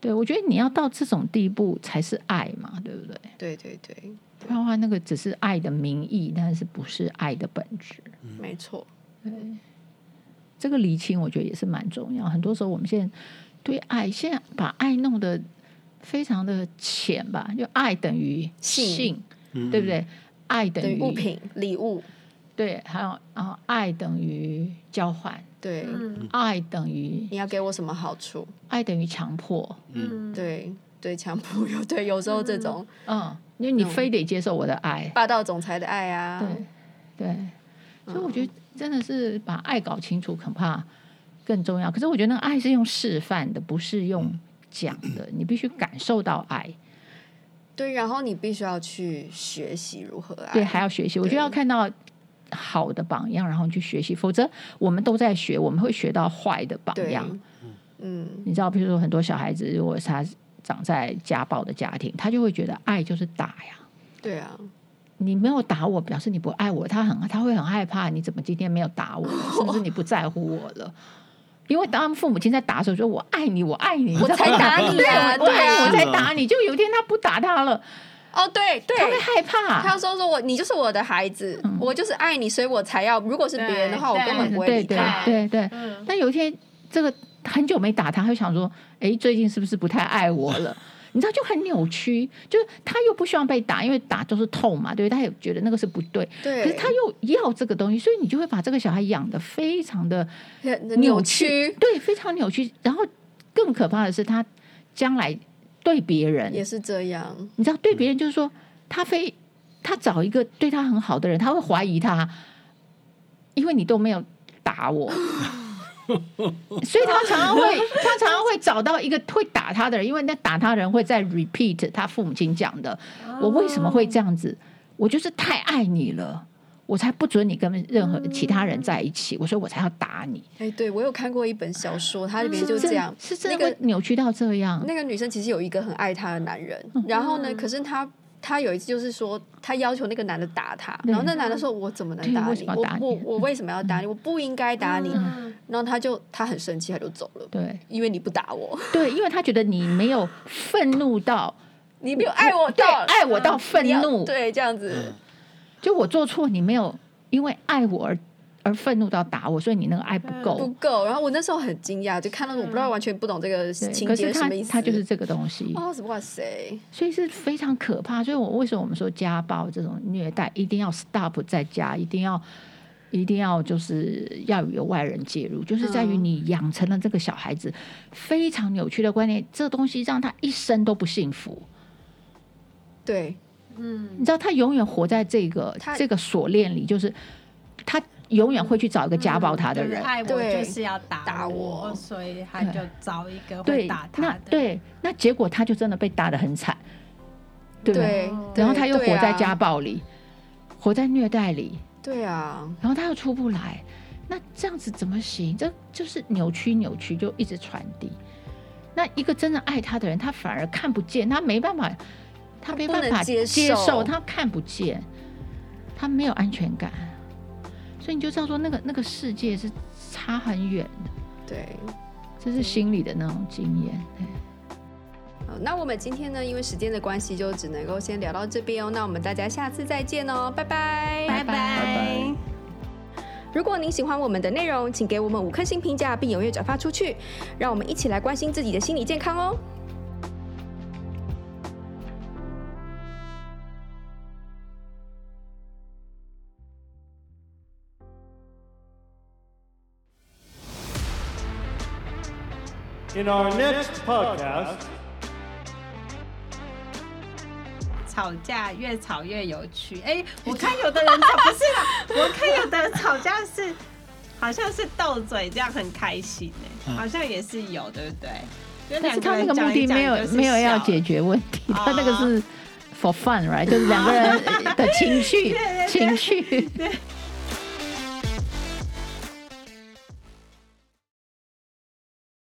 Speaker 1: 对我觉得你要到这种地步才是爱嘛，对不对？
Speaker 2: 对对对，
Speaker 1: 不然的话，那个只是爱的名义，但是不是爱的本质。
Speaker 4: 嗯
Speaker 2: 没错，
Speaker 1: 这个厘清，我觉得也是蛮重要。很多时候，我们现在对爱，现在把爱弄得非常的浅吧，就爱等于
Speaker 2: 性
Speaker 1: 性，
Speaker 4: 嗯
Speaker 1: 对不？对？爱等
Speaker 2: 等于
Speaker 1: 于
Speaker 2: 物，品礼物，
Speaker 1: 对，还有啊，爱等于交换，
Speaker 2: 对，
Speaker 3: 嗯
Speaker 1: 爱等于
Speaker 2: 你要给我什么好处？
Speaker 1: 爱等于强迫，
Speaker 3: 嗯，
Speaker 2: 对对，强迫 有对，有时候这种
Speaker 1: 嗯，因为你
Speaker 2: 嗯
Speaker 1: 非得接受我的爱，
Speaker 2: 霸道总裁的爱啊，
Speaker 1: 对对，所以我觉得真的是把爱搞清楚，恐怕更重要。可是我觉得那个爱是用示范的，不是
Speaker 2: 嗯
Speaker 1: 用讲的，你必须感受到爱，
Speaker 2: 对，然后你必须要去学习如何爱，
Speaker 1: 对，还要学习。我觉得要
Speaker 2: 对
Speaker 1: 看到。好的榜样，然后去学习，否则我们都在学，我们会学到坏的榜
Speaker 2: 对
Speaker 1: 样。，
Speaker 2: 嗯，
Speaker 1: 你知道，比如说很多小孩子，如果他长在家暴的家庭，他就会觉得爱就是打呀，
Speaker 2: 对啊，
Speaker 1: 你没有打我，表示你不爱我，他很他会很害怕，你怎么今天没有打 我？是不是你不在乎我了？因为当父母亲在打的时候，说我爱你，我爱你，
Speaker 2: 我才打你啊，
Speaker 1: 我
Speaker 2: 对
Speaker 1: 爱你，我
Speaker 2: 啊，
Speaker 1: 才打你。就有一天他不打他了，
Speaker 2: 哦，对对
Speaker 1: 他，会害怕
Speaker 2: 他。说说我你就是我的孩子，我就是爱你，所以我才要。如果是别人的话，我
Speaker 3: 对
Speaker 2: 根本不会
Speaker 1: 对
Speaker 2: 理
Speaker 1: 对
Speaker 2: 他。
Speaker 1: 对对。
Speaker 3: 嗯
Speaker 1: 但有一天，这个很久没打他，他会想说：“哎，最近是不是不太爱我了？” 你知道，就很扭曲，就是他又不希望被打，因为打就是痛嘛，对不对？他也觉得那个是不对，
Speaker 2: 对
Speaker 1: 可是他又要这个东西，所以你就会把这个小孩养的非常的
Speaker 2: 很扭曲
Speaker 1: 对，非常扭曲。然后更可怕的是，他将来对别人，
Speaker 2: 也是这样，
Speaker 1: 你知道，对别人就是说，他非他找一个对他很好的人，他会怀疑他，因为你都没有打 我，所以他常常会， 他常常会找到一个会打他的人，因为那打他的人会在 repeat 他父母亲讲的，我为什么
Speaker 3: 哦
Speaker 1: 会
Speaker 2: 哦
Speaker 1: 这样子？我就是太爱你了。我才不准你跟任何其他人在一起，我说我才要打你。
Speaker 2: 哎，对我有看过一本小说，它里面就
Speaker 1: 真
Speaker 2: 这样，
Speaker 1: 是真
Speaker 2: 那
Speaker 1: 的
Speaker 2: 个
Speaker 1: 会扭曲到这样。
Speaker 2: 那个女生其实有一个很爱她的男人，
Speaker 1: 嗯
Speaker 2: 然后呢，可是她。她有一次就是说，她要求那个男的打她，
Speaker 1: 对
Speaker 2: 然后那男的说：“我怎么能
Speaker 1: 对
Speaker 2: 打
Speaker 1: 为
Speaker 2: 你
Speaker 1: 什么？要
Speaker 2: 我
Speaker 1: 打你
Speaker 2: 我我为什么要打你？我不应该打你。
Speaker 3: 嗯”
Speaker 2: 然后他就他很生气，他就走了，
Speaker 1: 对
Speaker 2: 因为你不 打我，
Speaker 1: 对，因为他觉得你没有愤怒到，
Speaker 2: 你没有爱我
Speaker 1: 对，
Speaker 2: 到嗯
Speaker 1: 爱我到愤
Speaker 2: 你要
Speaker 1: 怒，嗯
Speaker 2: 对这样子，
Speaker 1: 就我做错，你没有因为爱我而而愤怒到打我，所以你那个爱不
Speaker 2: 嗯不
Speaker 1: 够。
Speaker 2: 够。然后我那时候很惊讶，就看到我不知道完全不懂这个
Speaker 1: 嗯对，
Speaker 2: 情
Speaker 1: 可
Speaker 2: 节
Speaker 1: 是
Speaker 2: 什
Speaker 1: 他
Speaker 2: 么意思。哦
Speaker 1: 他就是这个东西，
Speaker 2: 哇哇塞，
Speaker 1: 所以是非常可怕。所以我为什么我们说家暴这种虐待一定要 stop 在家，一定要一定要就是要有外人介入，就是在于
Speaker 2: 嗯
Speaker 1: 你养成了这个小孩子非常扭曲的观念，这东西让他一生都不幸福。
Speaker 2: 对
Speaker 3: 嗯
Speaker 1: 你知道他永远活在这个
Speaker 2: 他
Speaker 1: 这个锁链里，就是他永远会去找一个家暴他的人。
Speaker 3: 爱我
Speaker 2: 对
Speaker 3: 就是要打
Speaker 2: 打我
Speaker 3: 我，所以他就找一个会
Speaker 1: 对
Speaker 3: 打，他
Speaker 1: 那
Speaker 3: 的。
Speaker 1: 对，那结果他就真的被打得很惨，对不对？
Speaker 2: 对，
Speaker 1: 然后他又
Speaker 2: 对
Speaker 1: 活在
Speaker 2: 啊
Speaker 1: 家，暴里，活在虐待里，
Speaker 2: 对啊，
Speaker 1: 然后他又出不来，那这样子怎么行？这就是扭曲，扭曲就一直传递。那一个真的爱他的人，他反而看不见，他没办法，他没
Speaker 2: 不
Speaker 1: 办
Speaker 2: 能
Speaker 1: 法
Speaker 2: 接
Speaker 1: 接
Speaker 2: 受
Speaker 1: 他看不见，他他没有安全感，所以你就知道说那个那个世界是差很远的，
Speaker 2: 对，
Speaker 1: 这是心理的那种经验。对
Speaker 2: 好，那我们今天呢，因为时间的关系，就只能够先聊到这边哦。那我们大家下次再见哦，拜拜。
Speaker 1: 拜拜
Speaker 4: 拜
Speaker 3: 拜。
Speaker 2: 如果您喜欢我们的内容，请给我们五颗星评价，并踊跃转发出去，让我们一起来关心自己的心理健康哦。
Speaker 5: In our next podcast,
Speaker 3: 吵架越吵越有趣。哎、我看有的人吵不是啦， 我看有的人吵架是好像是斗嘴，这样很开心哎、
Speaker 4: 嗯
Speaker 3: 好像也是有，对不对？就
Speaker 1: 但
Speaker 3: 两
Speaker 1: 是
Speaker 3: 个
Speaker 1: 他那
Speaker 3: 人
Speaker 1: 个目
Speaker 3: 讲一
Speaker 1: 的
Speaker 3: 讲
Speaker 1: 没有
Speaker 3: 就是
Speaker 1: 没有要
Speaker 3: 笑
Speaker 1: 解决问题，
Speaker 3: 哦
Speaker 1: 他那个是 for fun right，就是两个人的情绪情绪。